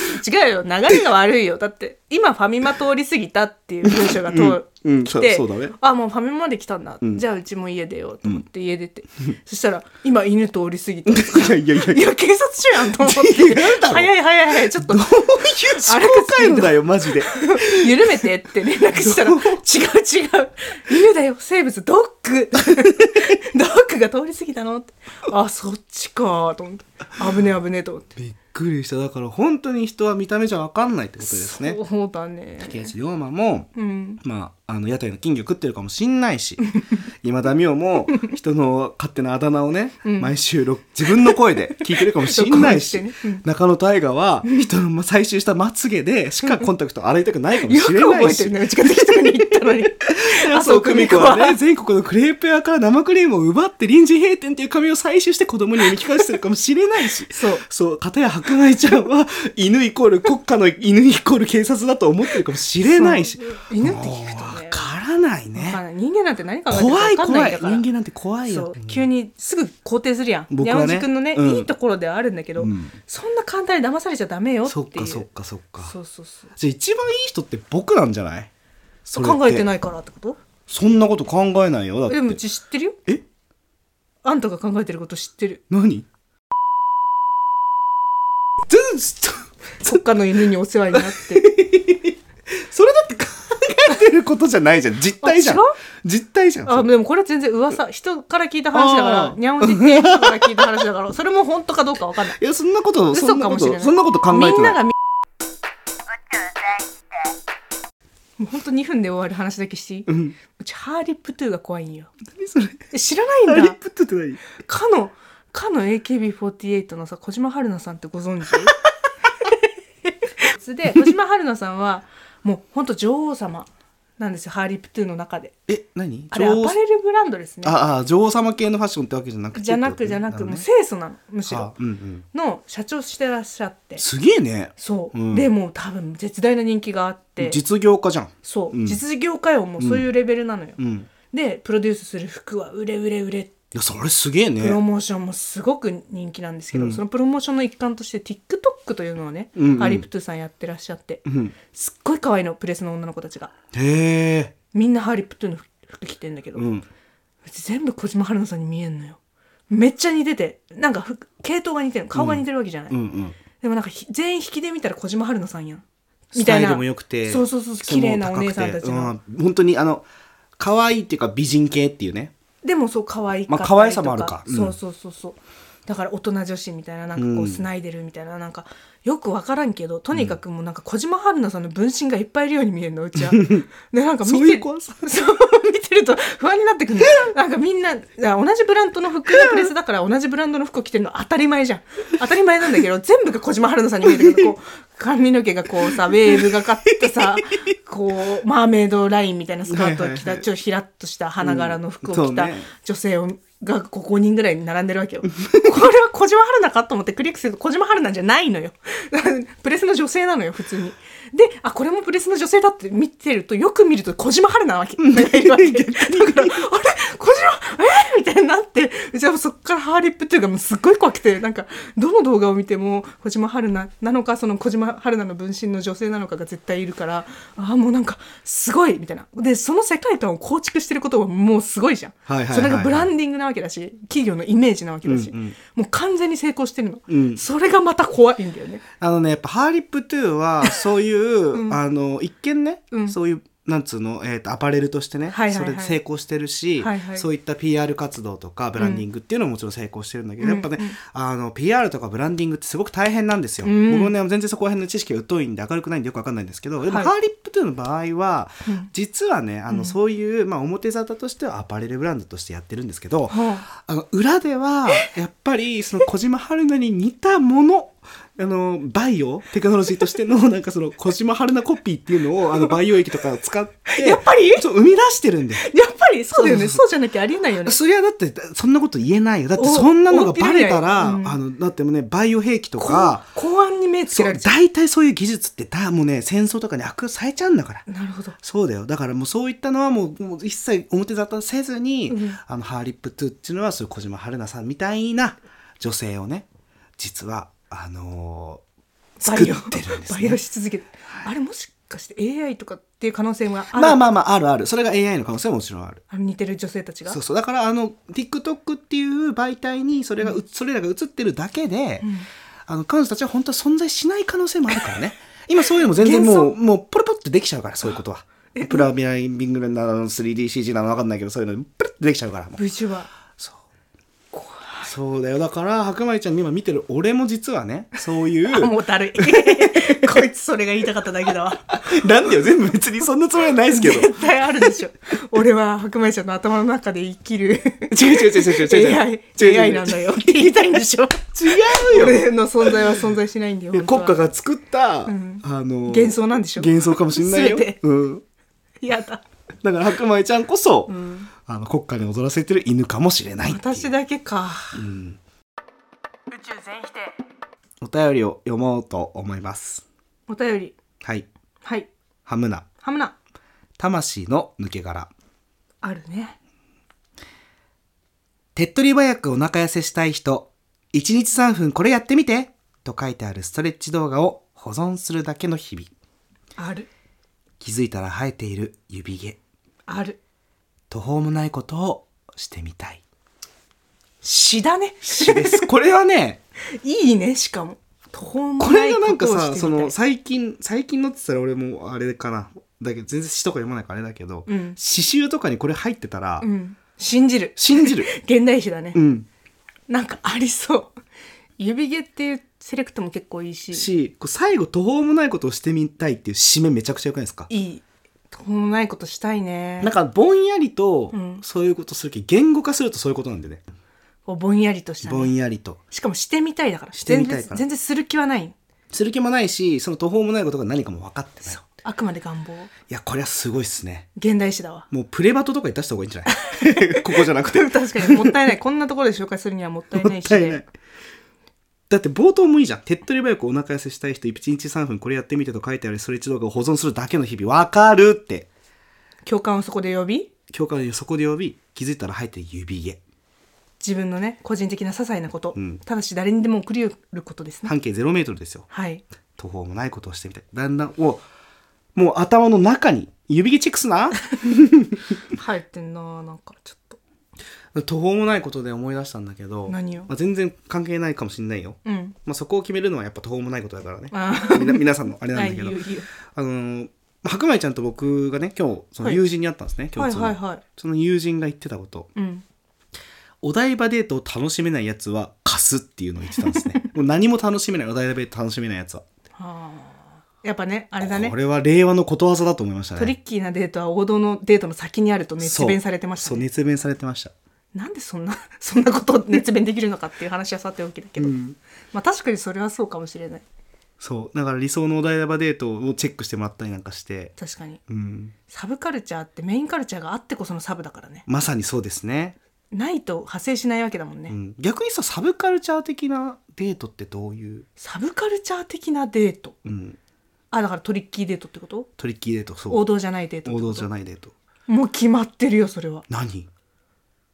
[SPEAKER 3] うよ。流れが悪いよ。だって、今ファミマ通り過ぎたっていう文章が通って、
[SPEAKER 2] うんうんそうそうだね
[SPEAKER 3] あ、もうファミマまで来たんだ。
[SPEAKER 2] ん
[SPEAKER 3] じゃあうちも家出ようと思って家出て。そしたら、今犬通り過ぎた。い
[SPEAKER 2] いやいやいや。
[SPEAKER 3] や、警察署やんと思って。
[SPEAKER 2] (laughs) 違うだろ
[SPEAKER 3] 早い早い早い。ちょっと
[SPEAKER 2] どういう思考回路だよ、マジで。
[SPEAKER 3] 緩めてって連絡したら、違う違う。犬だよ、生物、ドッ
[SPEAKER 2] (laughs)
[SPEAKER 3] グ。ドッグが通り過ぎたのって。あ、そっちかと思って。危ね危ねと思って。
[SPEAKER 2] (laughs) びっくりした。だから本当に人は見た目じゃわかんないってことですね。
[SPEAKER 3] そうだね。
[SPEAKER 2] 竹内龍馬も、
[SPEAKER 3] うん。
[SPEAKER 2] まあ、あの、屋台の金魚食ってるかもしんないし、 (laughs) 今田美桜も人の勝手なあだ名をね、
[SPEAKER 3] うん
[SPEAKER 2] 毎週ろ自分の声で聞いてるかもしんない (laughs) し、
[SPEAKER 3] 録音してねうん
[SPEAKER 2] 中野大河は人の採集したまつげでしかコンタクト洗いたくないかも
[SPEAKER 3] よ
[SPEAKER 2] し
[SPEAKER 3] く
[SPEAKER 2] れな
[SPEAKER 3] 覚
[SPEAKER 2] い
[SPEAKER 3] えて
[SPEAKER 2] し
[SPEAKER 3] る、ね。うちが適当に言った
[SPEAKER 2] (laughs)
[SPEAKER 3] のに。
[SPEAKER 2] 麻生久美子はね、全国のクレープ屋から生クリームを奪って臨時閉店という紙を採取して子供に読み聞かせてるかもしれないし。
[SPEAKER 3] そう。
[SPEAKER 2] そう、片や白内ちゃんは犬イコール国家の犬イコール警察だと思ってるかもしれないし。
[SPEAKER 3] そう犬って聞く
[SPEAKER 2] もう
[SPEAKER 3] と
[SPEAKER 2] わ
[SPEAKER 3] ね。
[SPEAKER 2] からない
[SPEAKER 3] わかん
[SPEAKER 2] ね。
[SPEAKER 3] ない人間なんて何考えてるか
[SPEAKER 2] 怖い
[SPEAKER 3] 分かん
[SPEAKER 2] 怖
[SPEAKER 3] な
[SPEAKER 2] い。
[SPEAKER 3] いんだ
[SPEAKER 2] 人
[SPEAKER 3] から
[SPEAKER 2] 間なんて怖い
[SPEAKER 3] そ
[SPEAKER 2] よ
[SPEAKER 3] う。急にすぐ肯定するやん、
[SPEAKER 2] 僕はね
[SPEAKER 3] 山口くんのね、
[SPEAKER 2] うん
[SPEAKER 3] いいところではあるんだけど、
[SPEAKER 2] うん
[SPEAKER 3] そんな簡単に騙されちゃダメよって
[SPEAKER 2] そっ
[SPEAKER 3] いう
[SPEAKER 2] かそっかそっか。
[SPEAKER 3] そうそうそう
[SPEAKER 2] じゃあ一番いい人って僕なんじゃないそれって
[SPEAKER 3] 考えてないからってこと
[SPEAKER 2] そんなこと考えないよ。だっ
[SPEAKER 3] えでもう
[SPEAKER 2] て。
[SPEAKER 3] ち知ってるよ
[SPEAKER 2] え
[SPEAKER 3] あんたが考えてること知ってる
[SPEAKER 2] 何 (laughs) 全然ちょっと
[SPEAKER 3] 国家の犬にお世話に
[SPEAKER 2] (laughs)
[SPEAKER 3] なってる
[SPEAKER 2] それだって考えてることじゃないじゃん。実態じゃん
[SPEAKER 3] あ違う。
[SPEAKER 2] 実態じゃん。
[SPEAKER 3] あ
[SPEAKER 2] それ
[SPEAKER 3] でもこれは全然噂人から聞いた話だか
[SPEAKER 2] あ
[SPEAKER 3] ら
[SPEAKER 2] ー
[SPEAKER 3] にゃんおじっていう人から聞いた話だからそれも本当かどうかわかんない
[SPEAKER 2] いや、そんなこと、そ
[SPEAKER 3] 嘘
[SPEAKER 2] んな
[SPEAKER 3] か
[SPEAKER 2] こ
[SPEAKER 3] もしれな
[SPEAKER 2] と、
[SPEAKER 3] い
[SPEAKER 2] そんなこと考え
[SPEAKER 3] み
[SPEAKER 2] て
[SPEAKER 3] んな
[SPEAKER 2] ない。
[SPEAKER 3] がみもうほんと2分で終わる話だけしていい、う
[SPEAKER 2] うん。
[SPEAKER 3] ちハーリップトゥーが怖いんよ
[SPEAKER 2] 何それ。
[SPEAKER 3] え知らないん
[SPEAKER 2] ハ
[SPEAKER 3] だ
[SPEAKER 2] リプトって何
[SPEAKER 3] かのかの AKB48 のさ小島春菜さんってご (laughs) 存知それで小島春菜さんはもうほんと女王様なんですよハーリプトゥーの中で
[SPEAKER 2] え、何
[SPEAKER 3] あれアパレルブランドですね
[SPEAKER 2] ああ、女王様系のファッションってわけじゃなくて。
[SPEAKER 3] じゃなくじゃなくもう
[SPEAKER 2] むし
[SPEAKER 3] 清楚なのむし
[SPEAKER 2] ろ
[SPEAKER 3] ろ。
[SPEAKER 2] うんうん。
[SPEAKER 3] の社長してらっしゃって
[SPEAKER 2] すげえね。
[SPEAKER 3] そう、
[SPEAKER 2] うん
[SPEAKER 3] でもう多分絶大な人気があって
[SPEAKER 2] 実業家じゃん。
[SPEAKER 3] そう、
[SPEAKER 2] うん
[SPEAKER 3] 実業界をもうそういうレベルなのよ、
[SPEAKER 2] うん。い
[SPEAKER 3] でプロデュースする服は売れ売れ売れ
[SPEAKER 2] や、それすげえ
[SPEAKER 3] プロ
[SPEAKER 2] ね。
[SPEAKER 3] モーションもすごく人気なんですけど、
[SPEAKER 2] うん
[SPEAKER 3] そのプロモーションの一環として TikTok というのをね、
[SPEAKER 2] うんうん
[SPEAKER 3] ハリプトゥさんやってらっしゃって、
[SPEAKER 2] うん。
[SPEAKER 3] すっごい可愛いのプレスの女の子たちが
[SPEAKER 2] へえ。
[SPEAKER 3] みんなハリプトゥの服着てんだけど、
[SPEAKER 2] うん。
[SPEAKER 3] うち全部小島春菜さんに見えんのよめっちゃ似ててなんか服系統が似てる顔が似てるわけじゃない、
[SPEAKER 2] うんうん。
[SPEAKER 3] でもなんかひ全員引きで見たら小島春菜さんやんみ
[SPEAKER 2] ス
[SPEAKER 3] た
[SPEAKER 2] タ
[SPEAKER 3] い
[SPEAKER 2] イ
[SPEAKER 3] な
[SPEAKER 2] ルも良くて。
[SPEAKER 3] そうそうそう
[SPEAKER 2] 背も
[SPEAKER 3] 綺麗なお
[SPEAKER 2] 高くて
[SPEAKER 3] 姉さんたちが、
[SPEAKER 2] うん本当に、あの、可愛いっていうか美人系っていうね。
[SPEAKER 3] でもそう可愛い
[SPEAKER 2] まあ可愛さもあるかうん
[SPEAKER 3] そうそうそうそうだから大人女子みたいななんかこ
[SPEAKER 2] う
[SPEAKER 3] うんスナイデルみたいななんかよく分からんけどとにかくもうなんか小島春菜さんの分身がいっぱいいるように見えるのう
[SPEAKER 2] (laughs)
[SPEAKER 3] ちはでなんか見て
[SPEAKER 2] そういう子
[SPEAKER 3] (laughs) そう見てると不安になってくるのなんかみんなだから同じブランドの服がプレスだから同じブランドの服を着てるの当たり前じゃん当たり前なんだけど全部が小島春菜さんに見えるけどこう髪の毛がこうさウェーブがかってさこうマーメイドラインみたいなスカート
[SPEAKER 2] は
[SPEAKER 3] を着
[SPEAKER 2] いはいは
[SPEAKER 3] た
[SPEAKER 2] い
[SPEAKER 3] ちょっとひらっとした花柄の服を
[SPEAKER 2] うんそ
[SPEAKER 3] 着
[SPEAKER 2] う
[SPEAKER 3] た
[SPEAKER 2] ね
[SPEAKER 3] 女性をがこう5人ぐらい並んでるわけよ。こ (laughs) れは小島春菜かと思ってクリックすると小島春菜じゃないのよ。 (laughs) プレスの女性なのよ普通に。であこれもプレスの女性だって見てるとよく見ると小島春菜 (laughs) なわけ。だからあれ小島えーみたいになってうちはそっからハーーリップっていうかもうすっごい怖くてなんかどの動画を見ても小島春菜なのかその小島春菜の分身の女性なのかが絶対いるからああもうなんかすごいみたいなでその世界観を構築してることはもうすごいじゃん、
[SPEAKER 2] はいはいはいはい
[SPEAKER 3] それがブランディングなわけだし企業のイメージなわけだし、
[SPEAKER 2] うんうん
[SPEAKER 3] もう完全に成功してるの、
[SPEAKER 2] うん
[SPEAKER 3] それがまた怖いんだよね
[SPEAKER 2] あのね、やっぱハーリップ2は、
[SPEAKER 3] (laughs)
[SPEAKER 2] そういう、
[SPEAKER 3] ん
[SPEAKER 2] あの、一見ね、
[SPEAKER 3] うん
[SPEAKER 2] そういう、なんつうの、えっ、と、アパレルとしてね、
[SPEAKER 3] はいはいはい
[SPEAKER 2] それで成功してるし、
[SPEAKER 3] はいはい
[SPEAKER 2] そういった PR 活動とか、ブランディングっていうのももちろん成功してるんだけど、
[SPEAKER 3] うん
[SPEAKER 2] やっぱね、あの、PR とかブランディングってすごく大変なんですよ。
[SPEAKER 3] うん
[SPEAKER 2] 僕もね、全然そこら辺の知識が疎いんで、明るくないんでよくわかんないんですけど、でも、
[SPEAKER 3] はい
[SPEAKER 2] ハーリップ2の場合は、
[SPEAKER 3] うん
[SPEAKER 2] 実はね、あの、
[SPEAKER 3] うん
[SPEAKER 2] そういう、まあ、表沙汰としてはアパレルブランドとしてやってるんですけど、
[SPEAKER 3] は
[SPEAKER 2] あの裏で
[SPEAKER 3] (laughs)
[SPEAKER 2] はやっぱりその小島春菜に似たものあのバイオテクノロジーとしてのなんかその小島春菜コピーっていうのをあのバイオ液とかを使って
[SPEAKER 3] (laughs) やっぱり
[SPEAKER 2] ちょっと生み出してるんだよ。
[SPEAKER 3] やっぱりそうだよね
[SPEAKER 2] そ
[SPEAKER 3] そうじゃなきゃありえないよね
[SPEAKER 2] そりゃだってそんなこと言えないよだって
[SPEAKER 3] お
[SPEAKER 2] そんなのがバレたら、
[SPEAKER 3] 大っぴらにうん
[SPEAKER 2] あのだってもうねバイオ兵器とか
[SPEAKER 3] こう公安に目つけ
[SPEAKER 2] そ
[SPEAKER 3] ら
[SPEAKER 2] う
[SPEAKER 3] れちゃ
[SPEAKER 2] 大体そういう技術ってだもうね戦争とかに悪用されちゃうんだから
[SPEAKER 3] うなるほど
[SPEAKER 2] そうだよだからもうそういったのはもうもう一切表沙汰せずに、
[SPEAKER 3] うん
[SPEAKER 2] あのハーリップ2っていうのはそういう小島春菜さんみたいな女性をね実はあのー
[SPEAKER 3] バ
[SPEAKER 2] 作っ
[SPEAKER 3] リを
[SPEAKER 2] てるんです、
[SPEAKER 3] バリを
[SPEAKER 2] ね。
[SPEAKER 3] し続ける、あれもしかして AI とかっていう可能性もある、
[SPEAKER 2] まあまあまああるあるそれが AI の可能性ももちろんある。
[SPEAKER 3] あの似てる女性たちが
[SPEAKER 2] そうそうだからあの TikTok っていう媒体にそれがう、それらが映ってるだけで、
[SPEAKER 3] ん
[SPEAKER 2] あの彼女たちは本当は存在しない可能性もあるからね (laughs) 今そういうのも全然もうもうポロポロってできちゃうからそういうことはプラミライビングなの 3DCG なの分かんないけどそういうのプルってできちゃうからもう
[SPEAKER 3] VTuber
[SPEAKER 2] そうそうだよだから白米ちゃん今見てる俺も実はねそういう
[SPEAKER 3] (laughs) あもうだるいこいつそれが言いたかっただけ
[SPEAKER 2] (laughs)
[SPEAKER 3] だわ
[SPEAKER 2] なんだよ全部別にそんなつもりはない
[SPEAKER 3] (laughs)
[SPEAKER 2] ですけど違
[SPEAKER 3] 絶対あるでしょ俺は白米ちゃんの頭の中で生きる (laughs)
[SPEAKER 2] う違う違う違う違う違う
[SPEAKER 3] AI,
[SPEAKER 2] 違う違う
[SPEAKER 3] AI な
[SPEAKER 2] (laughs)
[SPEAKER 3] んだよって言いたいんでしょ
[SPEAKER 2] 違うよ
[SPEAKER 3] 俺の存在は存在しないんだよ
[SPEAKER 2] いや国
[SPEAKER 3] 本当
[SPEAKER 2] 家
[SPEAKER 3] は
[SPEAKER 2] が作った、
[SPEAKER 3] ん
[SPEAKER 2] あの
[SPEAKER 3] 幻想なんでしょ
[SPEAKER 2] 幻想かもしんないよ
[SPEAKER 3] 全て、
[SPEAKER 2] うん、
[SPEAKER 3] やだ
[SPEAKER 2] だから白米ちゃんこそ、あの国家に踊らせてる犬かもしれないっていう
[SPEAKER 3] 私だけか
[SPEAKER 1] 宇宙全否定
[SPEAKER 2] お便りを読もうと思います
[SPEAKER 3] お便り
[SPEAKER 2] はい
[SPEAKER 3] はい
[SPEAKER 2] ハムナ
[SPEAKER 3] ハムナ
[SPEAKER 2] 魂の抜け殻
[SPEAKER 3] あるね
[SPEAKER 2] 手っ取り早くお腹痩せしたい人、1日3分これやってみてと書いてあるストレッチ動画を保存するだけの日々。
[SPEAKER 3] ある
[SPEAKER 2] 気づいたら生えている指毛。
[SPEAKER 3] ある
[SPEAKER 2] 途方もないことをしてみ
[SPEAKER 3] (laughs)
[SPEAKER 2] たい。
[SPEAKER 3] 詩だね
[SPEAKER 2] 詩です。これはね、
[SPEAKER 3] いいねしかも途方も
[SPEAKER 2] こ
[SPEAKER 3] な
[SPEAKER 2] れ
[SPEAKER 3] い
[SPEAKER 2] がなんか
[SPEAKER 3] ことを
[SPEAKER 2] さ、
[SPEAKER 3] して
[SPEAKER 2] そ
[SPEAKER 3] みたい
[SPEAKER 2] の最近、最近のって言ったら俺もあれかな。だけど全然詩とか読まないからあれだけど、
[SPEAKER 3] うん
[SPEAKER 2] 詩集とかにこれ入ってたら、
[SPEAKER 3] うん、信じる
[SPEAKER 2] 信
[SPEAKER 3] (laughs)
[SPEAKER 2] じる。
[SPEAKER 3] 現代詩だね、
[SPEAKER 2] うん。
[SPEAKER 3] なんかありそう指毛っていうセレクトも結構いいし
[SPEAKER 2] し、こう最後途方もないことをしてみたいっていう締めめちゃくちゃ良くないですか
[SPEAKER 3] いい途方もないことしたいね
[SPEAKER 2] なんかぼんやりと
[SPEAKER 3] うん
[SPEAKER 2] そういうことするけど、言語化するとそういうことなんでね
[SPEAKER 3] こうぼんやりとした、
[SPEAKER 2] ぼん
[SPEAKER 3] ね、
[SPEAKER 2] やりと
[SPEAKER 3] しかもしてみたいだから
[SPEAKER 2] してみたいから
[SPEAKER 3] 全然全然する気はない
[SPEAKER 2] する気もないしその途方もないことが何かも分かってない
[SPEAKER 3] あくまで願望
[SPEAKER 2] いやこれはすごいっすね
[SPEAKER 3] 現代詩だわ
[SPEAKER 2] もうプレバトとかに出した方がいいんじゃない (laughs) ここじゃなく
[SPEAKER 3] (laughs)
[SPEAKER 2] てもっ
[SPEAKER 3] 確かにもったいないこんなところで紹介するにはもったいないした
[SPEAKER 2] いないだって冒頭もいいじゃん手っ取り早くお腹痩せしたい人1日3分これやってみてと書いてあるストレッチ動画を保存するだけの日々分かるって
[SPEAKER 3] 共感をそこで呼び
[SPEAKER 2] 教科のそこで呼び気づいたら生えてる指毛
[SPEAKER 3] 自分のね個人的な些細なこと、
[SPEAKER 2] うん
[SPEAKER 3] ただし誰にでも送り得ることですね
[SPEAKER 2] 半径0メートルですよ
[SPEAKER 3] はい
[SPEAKER 2] 途方もないことをしてみたいだんだんをもう頭の中に指毛チェックす
[SPEAKER 3] (laughs)
[SPEAKER 2] な
[SPEAKER 3] 入ってんななんかちょっと
[SPEAKER 2] 途方もないことで思い出したんだけど
[SPEAKER 3] 何を
[SPEAKER 2] まあ、全然関係ないかもしれないよ、
[SPEAKER 3] うん
[SPEAKER 2] まあ、そこを決めるのはやっぱ途方もないことだ
[SPEAKER 3] (laughs)
[SPEAKER 2] からね
[SPEAKER 3] あ
[SPEAKER 2] みな皆さんのあれ
[SPEAKER 3] ー
[SPEAKER 2] な
[SPEAKER 3] は
[SPEAKER 2] んだ
[SPEAKER 3] い
[SPEAKER 2] け
[SPEAKER 3] い
[SPEAKER 2] ど
[SPEAKER 3] いよいいよ
[SPEAKER 2] あのー白米ちゃんと僕がね今日その
[SPEAKER 3] はい
[SPEAKER 2] 友人に会ったんですね、共
[SPEAKER 3] はい
[SPEAKER 2] 通の、
[SPEAKER 3] はいはい
[SPEAKER 2] その友人が言ってたこと
[SPEAKER 3] うん
[SPEAKER 2] お台場デートを楽しめないやつは貸すっていうのを言ってたんですね
[SPEAKER 3] (laughs)
[SPEAKER 2] もう何も楽しめないお台場デート楽しめないやつは
[SPEAKER 3] あーやっぱねあれだね
[SPEAKER 2] これは令和のことわざだと思いましたね
[SPEAKER 3] トリッキーなデートは王道のデートの先にあると熱弁されてました
[SPEAKER 2] そうそう
[SPEAKER 3] ね
[SPEAKER 2] 熱弁されてました
[SPEAKER 3] なんでそんな (laughs) そんなことを熱弁できるのかっていう話はさておきだけど、
[SPEAKER 2] うん
[SPEAKER 3] まあ確かにそれはそうかもしれない
[SPEAKER 2] そうだから理想のお台場デートをチェックしてもらったりなんかして、
[SPEAKER 3] 確かに
[SPEAKER 2] うん、
[SPEAKER 3] サブカルチャーってメインカルチャーがあってこそのサブだからね
[SPEAKER 2] まさにそうですね、
[SPEAKER 3] ないと派生しないわけだもんね、
[SPEAKER 2] うん、逆にさサブカルチャー的なデートってどういう、
[SPEAKER 3] サブカルチャー的なデート
[SPEAKER 2] うん、
[SPEAKER 3] あだからトリッキーデートってこと
[SPEAKER 2] トリッキーデートそう
[SPEAKER 3] 王道じゃないデートって
[SPEAKER 2] 王
[SPEAKER 3] こと
[SPEAKER 2] 道じゃないデート
[SPEAKER 3] もう決まってるよそれは
[SPEAKER 2] 何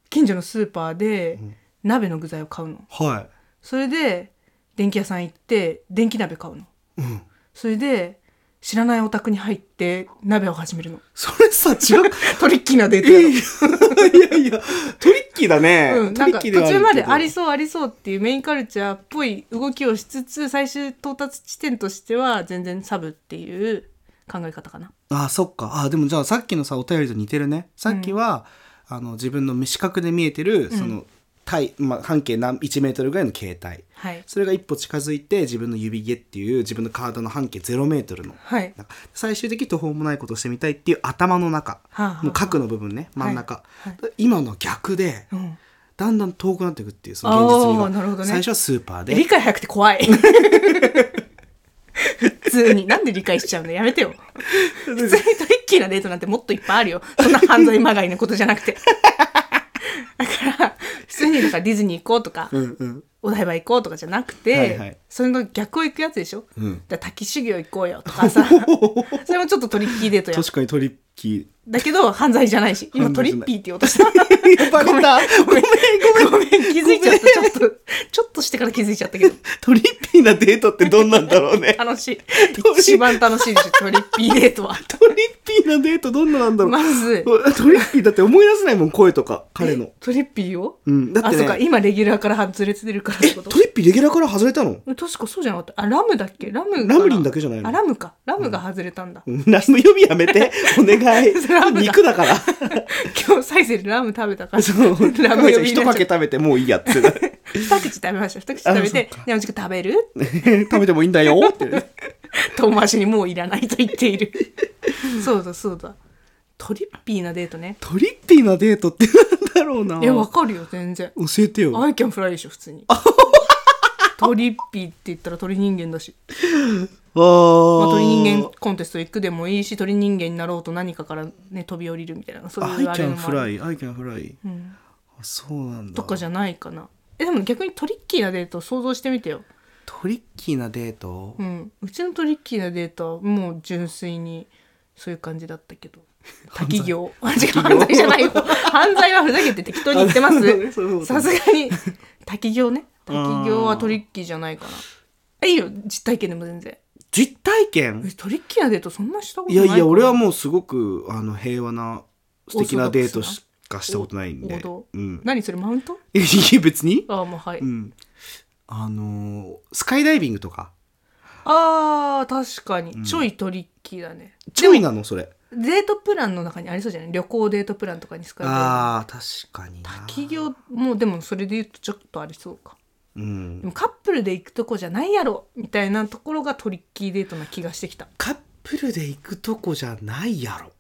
[SPEAKER 3] 近所のスーパーで、鍋の具材を買うの
[SPEAKER 2] は
[SPEAKER 3] それで電気屋さん行って電気鍋買うの
[SPEAKER 2] い。うん。
[SPEAKER 3] それで知らないお宅に入って鍋を始めるの
[SPEAKER 2] それさ、違う。
[SPEAKER 3] (laughs) トリッキーなデート
[SPEAKER 2] い
[SPEAKER 3] や
[SPEAKER 2] や
[SPEAKER 3] ろ
[SPEAKER 2] いやいや、トリッキーだね。
[SPEAKER 3] うん、
[SPEAKER 2] ト
[SPEAKER 3] なん
[SPEAKER 2] リッ
[SPEAKER 3] か
[SPEAKER 2] キ
[SPEAKER 3] 途
[SPEAKER 2] ーでは
[SPEAKER 3] 中まであ
[SPEAKER 2] る
[SPEAKER 3] りそうありそうっていうメインカルチャーっぽい動きをしつつ最終到達地点としては全然サブっていう考え方かな。
[SPEAKER 2] けどあ、そっか。あ、でもじゃあさっきのさ、お便りと似てるね。さっきは、あの、自分の視覚で見えてる、その、体、まあ、半径何、1メートルぐらいの形態。
[SPEAKER 3] はい、
[SPEAKER 2] それが一歩近づいて、自分の指毛っていう、自分の体の半径0メートルの。
[SPEAKER 3] はい
[SPEAKER 2] なんか最終的に途方もないことをしてみたいっていう頭の中。
[SPEAKER 3] はあはあ
[SPEAKER 2] もう角の部分ね、真ん中。
[SPEAKER 3] はい
[SPEAKER 2] 今のは逆で、
[SPEAKER 3] うん、
[SPEAKER 2] だんだん遠くなっていくっていう、その現実味
[SPEAKER 3] あ
[SPEAKER 2] が。
[SPEAKER 3] ーなるほどね
[SPEAKER 2] 最初はスーパーで。
[SPEAKER 3] 理解早くて怖い普通になんで理解しちゃうのやめてよ普通にトリッキーなデートなんてもっといっぱいあるよそんな犯罪まがいのことじゃなくてだから普通にだからディズニー行こうとか、
[SPEAKER 2] うんうん。
[SPEAKER 3] お台場行こうとかじゃなくて、
[SPEAKER 2] はいはい
[SPEAKER 3] それの逆を行くやつでしょ、
[SPEAKER 2] うん
[SPEAKER 3] だから滝修行行こうよとかさそれもちょっとトリッキーデートや
[SPEAKER 2] (laughs) 確かにトリッキ
[SPEAKER 3] だけど犯罪じゃないし今
[SPEAKER 2] 犯
[SPEAKER 3] ト
[SPEAKER 2] 罪
[SPEAKER 3] リ
[SPEAKER 2] じゃない
[SPEAKER 3] ッピーって言おうとした
[SPEAKER 2] ー。やばれた
[SPEAKER 3] ごめんごめん気づいちゃったちょっとちょっとしてから気づいちゃったけど
[SPEAKER 2] トリッピーなデートってどんなんだろうね。
[SPEAKER 3] 楽しい
[SPEAKER 2] トリ
[SPEAKER 3] 一番楽しいでしょトリッピーデートは
[SPEAKER 2] (laughs) トリッピーなデートどんななんだろう。
[SPEAKER 3] まず
[SPEAKER 2] トリッピーだって思い出せないもん、声とか、彼の。
[SPEAKER 3] トリッピーを、
[SPEAKER 2] うん。だっ
[SPEAKER 3] あ
[SPEAKER 2] て
[SPEAKER 3] そうか
[SPEAKER 2] ね、
[SPEAKER 3] 今レギュラーから外れてるからっ
[SPEAKER 2] え、
[SPEAKER 3] てこと
[SPEAKER 2] トリッピーレギュラーから外れたの
[SPEAKER 3] 確かそうじゃなかったあラムだっけラムかな
[SPEAKER 2] ラムリンだけじゃないの
[SPEAKER 3] あラムかラムが外れたんだ、
[SPEAKER 2] うんラム呼びやめ (laughs) て、お願い
[SPEAKER 3] それラム。だ
[SPEAKER 2] 肉だから。
[SPEAKER 3] 今日サイゼリラム食べたから
[SPEAKER 2] そう。
[SPEAKER 3] ラム呼びに
[SPEAKER 2] 一
[SPEAKER 3] な
[SPEAKER 2] か
[SPEAKER 3] っち
[SPEAKER 2] け
[SPEAKER 3] ゃっ
[SPEAKER 2] 食べてもういいや (laughs) って。食
[SPEAKER 3] た二口食べました二口食べて
[SPEAKER 2] あそっか
[SPEAKER 3] 山口君食べる
[SPEAKER 2] べてもいいんだよって。
[SPEAKER 3] 遠回しにもういらないと言っ
[SPEAKER 2] (laughs)
[SPEAKER 3] ているそうだそうだトリッピーなデートね
[SPEAKER 2] トリッピーなデートってなんだろうな。
[SPEAKER 3] いやわかるよ全然
[SPEAKER 2] 教えてよ。
[SPEAKER 3] アイキャンフライでしょ普
[SPEAKER 2] (laughs)
[SPEAKER 3] 通にトリッピーって言ったら鳥人間だし、
[SPEAKER 2] あー
[SPEAKER 3] まあ、鳥人間コンテスト行くでもいいし鳥人間になろうと何かからね飛び降りるみたいなそう
[SPEAKER 2] ア
[SPEAKER 3] いう
[SPEAKER 2] イ
[SPEAKER 3] あ
[SPEAKER 2] キ
[SPEAKER 3] れ
[SPEAKER 2] ャ
[SPEAKER 3] も
[SPEAKER 2] ン
[SPEAKER 3] あ
[SPEAKER 2] フ
[SPEAKER 3] る
[SPEAKER 2] ライ、アイキャンフライ。
[SPEAKER 3] うん
[SPEAKER 2] あそうなんだ。
[SPEAKER 3] とかじゃないかなえでも逆にトリッキーなデート想像してみてよ
[SPEAKER 2] トリッキーなデート、
[SPEAKER 3] うん、うちのトリッキーなデータはもう純粋にそういう感じだったけど滝行あ (laughs) 違う犯罪じゃな
[SPEAKER 2] (laughs)
[SPEAKER 3] いよ犯罪はふざけて適当に言ってま
[SPEAKER 2] あなるほどねそういうこ
[SPEAKER 3] す
[SPEAKER 2] と
[SPEAKER 3] さすが
[SPEAKER 2] (laughs)
[SPEAKER 3] に滝行ね滝行はトリッキーじゃないかなあいいよ実体験でも全然
[SPEAKER 2] 実体験
[SPEAKER 3] えトリッキーなデートそんなしたこと
[SPEAKER 2] い
[SPEAKER 3] ない
[SPEAKER 2] やいや俺は
[SPEAKER 3] も
[SPEAKER 2] もうすごくあの平和な素敵なデートしかしたことないん
[SPEAKER 3] 王
[SPEAKER 2] で
[SPEAKER 3] 道、
[SPEAKER 2] うん、
[SPEAKER 3] 何それマウント
[SPEAKER 2] いやいや別に、
[SPEAKER 3] ああもうはい、
[SPEAKER 2] うん、あのースカイダイビングとか
[SPEAKER 3] あー確かにちょいトリッキーだね、
[SPEAKER 2] ちょいなのそれ
[SPEAKER 3] デートプランの中にありそうじゃない旅行デートプランとかに使える
[SPEAKER 2] あー確かにな
[SPEAKER 3] 企業もうでもそれで言うとちょっとありそうか
[SPEAKER 2] う
[SPEAKER 3] でも
[SPEAKER 2] ん、
[SPEAKER 3] カップルで行くとこじゃないやろみたいなところがトリッキーデートな気がしてきた
[SPEAKER 2] カップルで行くとこじゃないやろ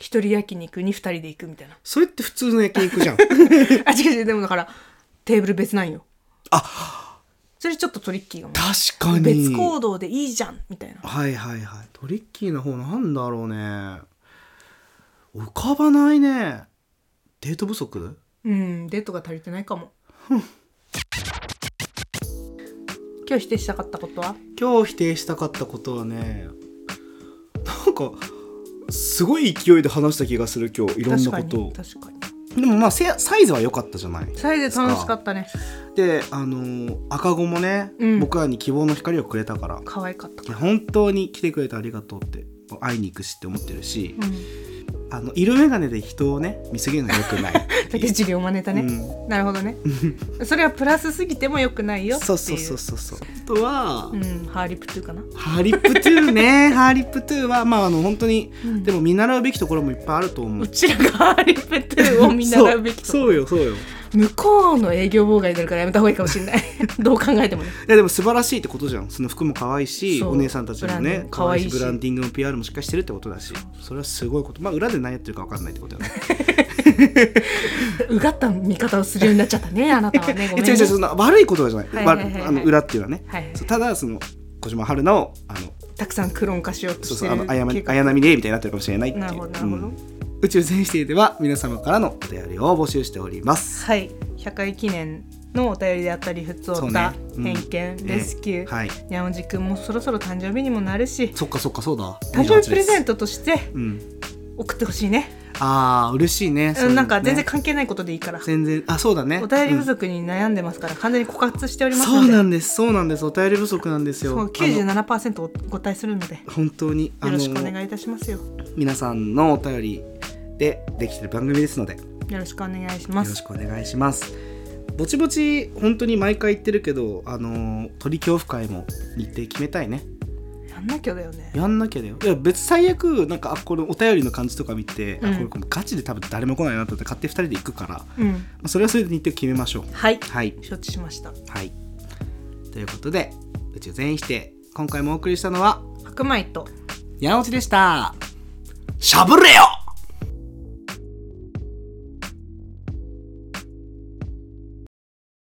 [SPEAKER 3] 一人焼肉に二人で行くみたいな
[SPEAKER 2] それって普通の焼肉
[SPEAKER 3] (laughs)
[SPEAKER 2] じゃん
[SPEAKER 3] あ違う違うでもだからテーブル別なんよ
[SPEAKER 2] あ
[SPEAKER 3] それちょっとトリッキーがも
[SPEAKER 2] 確かに
[SPEAKER 3] 別行動でいいじゃんみたいな
[SPEAKER 2] はいはいはいトリッキーな方なんだろうね浮かばないねデート不足
[SPEAKER 3] うんデートが足りてないかも今日否定したかったことは
[SPEAKER 2] 今日否定したかったことはねなんかすごい勢いで話した気がする今日いろんな
[SPEAKER 3] 確か
[SPEAKER 2] こと
[SPEAKER 3] に
[SPEAKER 2] を
[SPEAKER 3] 確かに
[SPEAKER 2] でもまあせサイズは良かったじゃない
[SPEAKER 3] サイズ楽しかったね
[SPEAKER 2] であのー赤子もね、
[SPEAKER 3] うん
[SPEAKER 2] 僕らに希望の光をくれたから
[SPEAKER 3] 可愛かった
[SPEAKER 2] い
[SPEAKER 3] か
[SPEAKER 2] や
[SPEAKER 3] ら、
[SPEAKER 2] 本当に来てくれてありがとうって会いに行くしって思ってるし、
[SPEAKER 3] うん、
[SPEAKER 2] あの色眼鏡で人をね見過ぎるのは良
[SPEAKER 3] (laughs)
[SPEAKER 2] くない
[SPEAKER 3] 竹内涼真ネタね、
[SPEAKER 2] うん
[SPEAKER 3] なるほど
[SPEAKER 2] (laughs)
[SPEAKER 3] ねそれはプラスすぎてもよくないよっていう
[SPEAKER 2] そうそうそうそうそうあとは、
[SPEAKER 3] うん、ハーリプトゥかな。
[SPEAKER 2] ハーリップ2ね
[SPEAKER 3] (laughs)
[SPEAKER 2] ハーリップ2はまああの本当に、
[SPEAKER 3] うん
[SPEAKER 2] でも見習うべきところもいっぱいあると思
[SPEAKER 3] う
[SPEAKER 2] う
[SPEAKER 3] ちらがハーリプトゥを見習うべきとこ
[SPEAKER 2] そうそうよそうよい
[SPEAKER 3] 向こうの営業妨害になるからやめた方がいいかもしれ (laughs) ない。どう考えてもね。
[SPEAKER 2] やでも素晴らしいってことじゃんその服も可愛いし
[SPEAKER 3] そう
[SPEAKER 2] お姉さんたちも
[SPEAKER 3] ブランド
[SPEAKER 2] ね
[SPEAKER 3] も
[SPEAKER 2] 可
[SPEAKER 3] 可愛
[SPEAKER 2] 愛
[SPEAKER 3] い
[SPEAKER 2] い
[SPEAKER 3] し
[SPEAKER 2] しブランディングの PR もしっかりしてるってことだしそれはすごいことまあ裏で何やってるか分かんないってことだね
[SPEAKER 3] うがった見方をするようになっちゃったね、あなたは (laughs) ね。ご
[SPEAKER 2] え違
[SPEAKER 3] めん
[SPEAKER 2] う
[SPEAKER 3] ね、
[SPEAKER 2] 違うそんな悪いことじゃない,わ、
[SPEAKER 3] はいはいはいはい
[SPEAKER 2] あの裏っていうのはね、
[SPEAKER 3] はいはい
[SPEAKER 2] そうただその小島春菜をあの
[SPEAKER 3] たくさんクローン化しようと
[SPEAKER 2] そう
[SPEAKER 3] して
[SPEAKER 2] そう
[SPEAKER 3] る
[SPEAKER 2] あのあやま
[SPEAKER 3] 結果
[SPEAKER 2] 綾波レイみたいになってるかもしれないっていう
[SPEAKER 3] なるほど、なるほ
[SPEAKER 2] う
[SPEAKER 3] ど。
[SPEAKER 2] ん宇宙全否定では皆様からのお便りを募集しております
[SPEAKER 3] はい、100回記念のお便りであったり、ふつおた、
[SPEAKER 2] そうねうん
[SPEAKER 3] 偏見、レスキュー、
[SPEAKER 2] はい
[SPEAKER 3] 山内くんもそろそろ誕生日にもなるし、
[SPEAKER 2] そっかそっかそうだ
[SPEAKER 3] 誕生日プレゼン
[SPEAKER 2] ト
[SPEAKER 3] トとして
[SPEAKER 2] うん
[SPEAKER 3] 送ってほしいね。、
[SPEAKER 2] ああ嬉しいねそういうんの
[SPEAKER 3] なんか全然
[SPEAKER 2] ね
[SPEAKER 3] 関係ないことでいいから
[SPEAKER 2] 全然あそうだね
[SPEAKER 3] お便り
[SPEAKER 2] うん
[SPEAKER 3] 不足に悩んでますから、完全に枯渇しております
[SPEAKER 2] そ
[SPEAKER 3] の
[SPEAKER 2] う
[SPEAKER 3] で
[SPEAKER 2] なんですそうなんですお便り不足なんですよ
[SPEAKER 3] そう
[SPEAKER 2] あの
[SPEAKER 3] 97%お答えするのでよ
[SPEAKER 2] 本当にあ
[SPEAKER 3] ろ
[SPEAKER 2] の
[SPEAKER 3] しくお願いいたしますよよ
[SPEAKER 2] 皆さんのお便りでできてる番組ですのでよ
[SPEAKER 3] ろしくお願いしま
[SPEAKER 2] ろ
[SPEAKER 3] す
[SPEAKER 2] しくお願いしますぼちぼち本当に毎回言ってるけどあの鳥恐怖会も日程決めたいね
[SPEAKER 3] やんなきゃだよね
[SPEAKER 2] やんなきゃだよいや別に最悪なんかあこのお便りの感じとか見て、あ
[SPEAKER 3] うん
[SPEAKER 2] これガチで多分誰も来ないなと思って勝手に2人で行くから、ま
[SPEAKER 3] うん
[SPEAKER 2] あそれはそれで日程決めましょう
[SPEAKER 3] はい
[SPEAKER 2] はい
[SPEAKER 3] 承知しました
[SPEAKER 2] はいということで宇宙全員否定今回もお送りしたのは
[SPEAKER 3] 白米と
[SPEAKER 2] 山内でしたしゃぶれよ